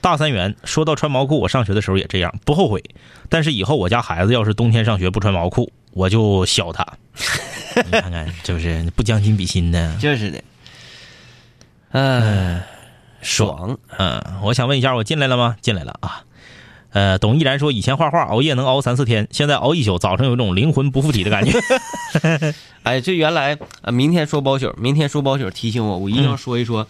Speaker 4: 大三元，说到穿毛裤，我上学的时候也这样，不后悔。但是以后我家孩子要是冬天上学不穿毛裤，我就削他。 你看看，就是不将心比心的。
Speaker 3: 就是的。哎，爽，
Speaker 4: 嗯，我想问一下，我进来了吗？进来了啊。呃，董毅然说，以前画画熬夜能熬三四天，现在熬一宿，早上有一种灵魂不附体的 感觉。
Speaker 3: 哎，这原来啊，明天说包宿，明天说包宿，提醒我，我一定
Speaker 4: 嗯
Speaker 3: 要说一说，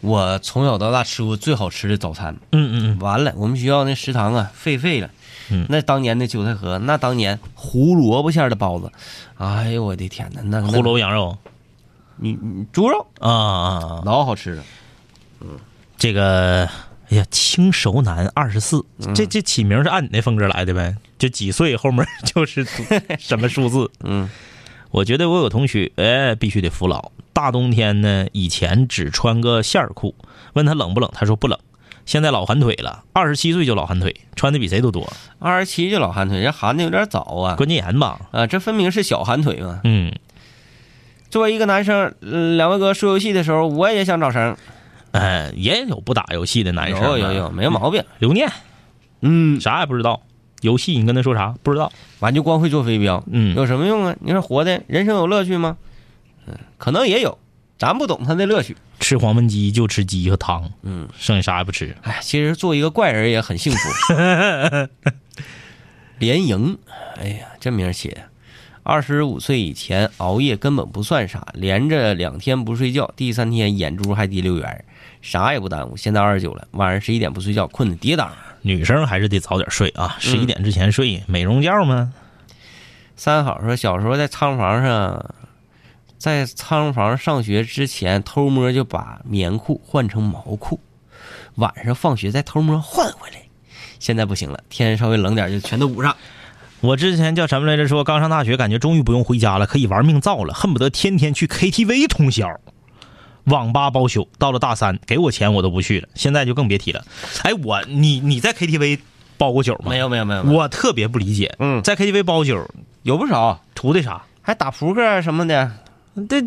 Speaker 3: 我从小到大吃过最好吃的早餐。
Speaker 4: 嗯嗯
Speaker 3: 完了，我们学校那食堂啊，废废了。
Speaker 4: 嗯
Speaker 3: 那当年的韭菜盒，那当年胡萝卜馅儿的包子，哎呦我的天哪，那
Speaker 4: 嗯，胡萝
Speaker 3: 卜，
Speaker 4: 卜羊肉
Speaker 3: 你你猪肉
Speaker 4: 啊啊，啊
Speaker 3: 老好吃了。
Speaker 4: 这个，哎呀，轻熟男二十四，
Speaker 3: 嗯
Speaker 4: 这这起名是按你那风格来的呗？就几岁后面 就 是读什么数字？
Speaker 3: 嗯，
Speaker 4: 我觉得我有同学，哎，必须得服老。大冬天呢，以前只穿个线儿裤，问他冷不冷，他说不冷。现在老寒腿了，二十七岁就老寒腿，穿的比谁都多，
Speaker 3: 二十七就老寒腿，人寒的有点早啊。
Speaker 4: 关节炎吧？
Speaker 3: 啊，这分明是小寒腿嘛！
Speaker 4: 嗯，
Speaker 3: 作为一个男生，呃两位哥说游戏的时候，我也想找声。
Speaker 4: 哎，也有不打游戏的男生啊，
Speaker 3: 有有有，没毛病。
Speaker 4: 留念
Speaker 3: 嗯，
Speaker 4: 啥也不知道，游戏你跟他说啥不知道？
Speaker 3: 完就光会做飞镖，
Speaker 4: 嗯
Speaker 3: 有什么用啊？你说活的人生有乐趣吗？嗯，可能也有，咱不懂他的乐趣。
Speaker 4: 吃黄焖鸡就吃鸡和汤，
Speaker 3: 嗯，
Speaker 4: 剩下啥也不吃。
Speaker 3: 哎，其实做一个怪人也很幸福。连营，哎呀，这名儿写的，二十五岁以前熬夜根本不算啥，连着两天不睡觉，第三天眼珠还滴溜圆儿，啥也不耽误。现在二十九了，晚上十一点不睡觉，困得跌宕。
Speaker 4: 女生还是得早点睡啊，十一点之前睡，美容觉嘛。
Speaker 3: 三好说，小时候在仓房上，在仓房上学之前，偷摸就把棉裤换成毛裤，晚上放学再偷摸换回来。现在不行了，天稍微冷点就全都捂上。
Speaker 4: 我之前叫什么来着？说刚上大学，感觉终于不用回家了，可以玩命造了，恨不得天天去 KTV 通宵，网吧包宿。到了大三，给我钱我都不去了，现在就更别提了。哎，我你你在 KTV 包过宿吗？
Speaker 3: 没有没 有没有，没有
Speaker 4: 我特别不理解，
Speaker 3: 嗯
Speaker 4: 在 KTV 包宿
Speaker 3: 有不少，
Speaker 4: 图的啥？
Speaker 3: 还打扑克什么的，
Speaker 4: 对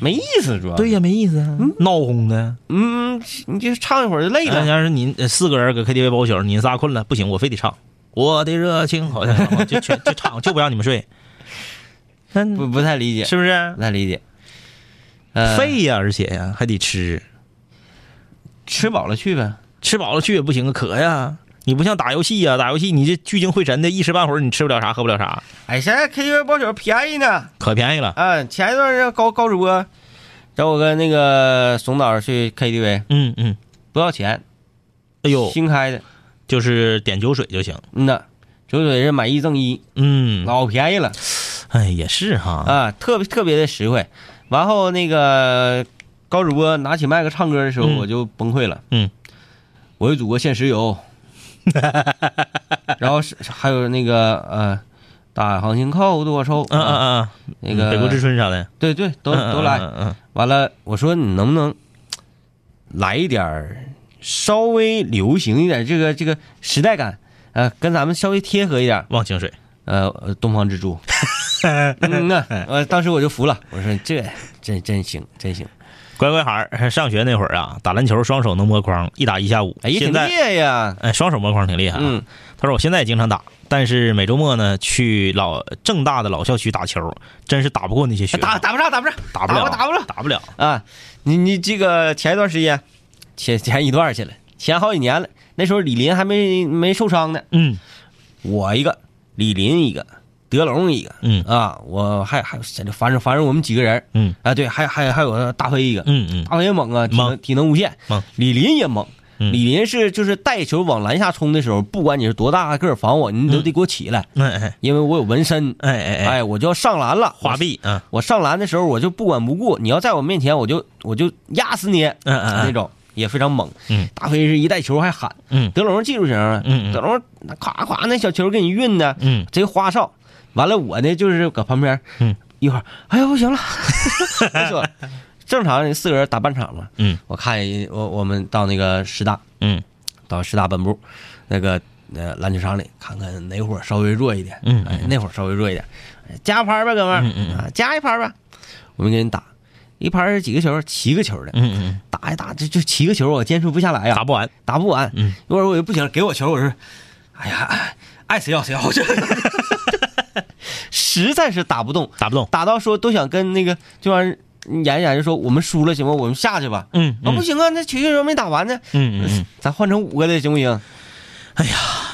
Speaker 3: 没意思主要。
Speaker 4: 对，呀，没意思啊，闹哄的。
Speaker 3: 嗯，你就唱一会儿就累
Speaker 4: 那
Speaker 3: 了。
Speaker 4: 要是您呃四个人搁 KTV 包宿，你仨困了不行，我非得唱《我的热情》，好像是啊就全就唱，就不让你们睡。那
Speaker 3: 不不太理解，
Speaker 4: 是不是
Speaker 3: 不？太理解。呃，
Speaker 4: 费呀，而且呀还得吃，
Speaker 3: 吃饱了去呗。
Speaker 4: 吃饱了去也不行啊，渴呀。你不像打游戏呀、打游戏你这聚精会神的，一时半会儿你吃不了啥，喝不了啥，
Speaker 3: 哎，现在 KTV 包宿便宜呢。
Speaker 4: 可便宜了。
Speaker 3: 啊，前一段是高高主播找我跟那个怂导去 KTV，
Speaker 4: 嗯嗯，
Speaker 3: 不要钱，
Speaker 4: 哎呦，
Speaker 3: 新开的，
Speaker 4: 就是点酒水就行。
Speaker 3: 嗯呐，酒水是买一赠一，
Speaker 4: 嗯，
Speaker 3: 老便宜了
Speaker 4: 哎，也是哈。
Speaker 3: 啊，特别特别的实惠。然后那个高主播拿起麦克唱歌的时候，
Speaker 4: 嗯
Speaker 3: 我就崩溃了。
Speaker 4: 嗯，
Speaker 3: 我为祖国献石 油，然后是还有那个呃，大航行靠多愁，
Speaker 4: 嗯嗯嗯嗯，
Speaker 3: 那个
Speaker 4: 北国之春啥的，
Speaker 3: 对对，都
Speaker 4: 嗯
Speaker 3: 都来。
Speaker 4: 嗯嗯
Speaker 3: 完了，我说你能不能来一点儿稍微流行一点，这个这个时代感，呃，跟咱们稍微贴合一点儿，
Speaker 4: 忘情水。
Speaker 3: 呃，呃东方之 珠。嗯呐，呃，当时我就服了，我说这真真行，真行，
Speaker 4: 乖乖孩儿，上学那会儿啊，打篮球双手能摸框，一打一下午。
Speaker 3: 哎呀，挺
Speaker 4: 现在
Speaker 3: 厉害呀，
Speaker 4: 哎，双手摸框挺厉害、啊。
Speaker 3: 嗯，
Speaker 4: 他说我现在也经常打，但是每周末呢去老正大的老校区打球，真是打不过那些学生
Speaker 3: 打打不上，打不上，
Speaker 4: 打不了，
Speaker 3: 打不了，
Speaker 4: 打不了。
Speaker 3: 啊，你你这个前一段时间，前前一段儿去了，前好几年了，那时候李林还没没受伤呢，
Speaker 4: 嗯
Speaker 3: 我一个，李林一个，德龙一个，
Speaker 4: 嗯
Speaker 3: 啊，我还还有谁反正反正我们几个人，
Speaker 4: 嗯
Speaker 3: 啊，对，还还还有大飞一个，
Speaker 4: 嗯嗯
Speaker 3: 大飞也猛啊，体
Speaker 4: 猛
Speaker 3: 能体能无限，
Speaker 4: 猛
Speaker 3: 李林也猛，
Speaker 4: 嗯
Speaker 3: 李林是就是带球往篮下冲的时候，不管你是多大个儿防我，你都得给我起来，
Speaker 4: 嗯，哎哎
Speaker 3: 因为我有纹身，
Speaker 4: 哎哎哎，
Speaker 3: 哎，我就要上篮了，
Speaker 4: 花臂啊，
Speaker 3: 我上篮的时候，我就不管不顾，你要在我面前，我就我就压死你，
Speaker 4: 嗯嗯嗯
Speaker 3: 那种也非常猛。
Speaker 4: 嗯
Speaker 3: 大飞是一带球还喊，
Speaker 4: 嗯
Speaker 3: 德龙技术型啊，
Speaker 4: 嗯嗯
Speaker 3: 德龙那夸夸那小球给你运的，
Speaker 4: 嗯
Speaker 3: 贼花哨。完了，我呢就是搁旁边，
Speaker 4: 嗯，
Speaker 3: 一会儿，哎呀不行了， 没说，正常四个人打半场嘛，
Speaker 4: 嗯
Speaker 3: 我看我我们到那个师大，
Speaker 4: 嗯
Speaker 3: 到师大本部，那个呃篮球场里看看哪会儿稍微弱一点，
Speaker 4: 嗯
Speaker 3: 哎，那会儿稍微弱一点，哎加拍吧，哥们儿，
Speaker 4: 嗯嗯嗯
Speaker 3: 啊，加一拍吧，我们给你打一盘是几个球？七个球的，
Speaker 4: 嗯嗯，
Speaker 3: 打一打这就七个球，我坚持不下来呀，啊
Speaker 4: 打不完。
Speaker 3: 打不完，
Speaker 4: 嗯
Speaker 3: 一会儿我就不行，给我球，我说，哎呀，爱爱谁要谁要，我就 实在是打不动，
Speaker 4: 打不动，
Speaker 3: 打到说都想跟那个这帮人研究研究，说我们输了行吗？我们下去吧。
Speaker 4: 嗯
Speaker 3: 啊，不行啊，那球球没打完呢，
Speaker 4: 嗯嗯嗯，
Speaker 3: 咱换成五个的行不行？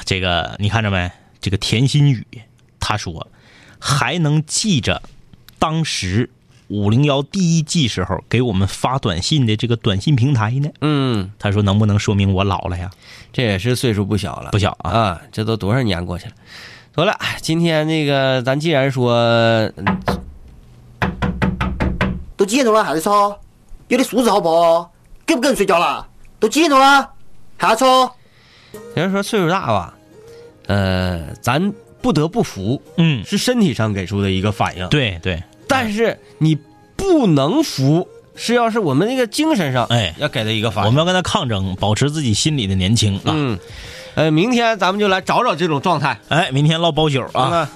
Speaker 4: 这个你看着没？这个田心雨他说还能记着当时五零幺第一季时候给我们发短信的这个短信平台呢。
Speaker 3: 嗯，
Speaker 4: 他说能不能说明我老了呀？
Speaker 3: 这也是岁数不小了，
Speaker 4: 不小啊，
Speaker 3: 啊，这都多少年过去了。得了，今天那个咱既然说，嗯
Speaker 7: 都几点钟了还在吵？有点素质好不好？给不给人睡觉了？都几点钟了还在吵？
Speaker 3: 虽然说岁数大吧，呃，咱不得不服，
Speaker 4: 嗯，
Speaker 3: 是身体上给出的一个反应。
Speaker 4: 对对，
Speaker 3: 但是你不能服，是要是我们那个精神上，
Speaker 4: 哎
Speaker 3: 要给的一个反
Speaker 4: 我
Speaker 3: 应。
Speaker 4: 们要跟他抗争，保持自己心里的年轻啊。
Speaker 3: 嗯，呃，明天咱们就来找找这种状态
Speaker 4: 哎，明天唠包宿啊。
Speaker 3: 啊。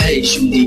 Speaker 8: 嘿，兄弟，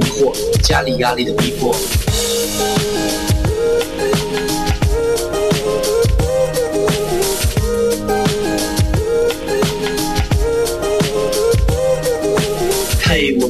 Speaker 8: 惑，家里压力的逼迫。嘿，我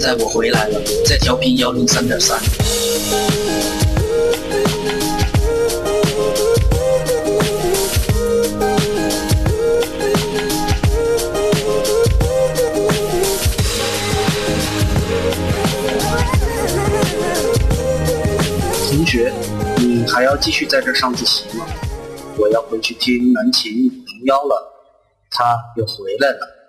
Speaker 8: 在我回来了，在调频幺零三点三。同学，你还要继续在这上自习吗？我要回去听南琴五零零幺了，他又回来了。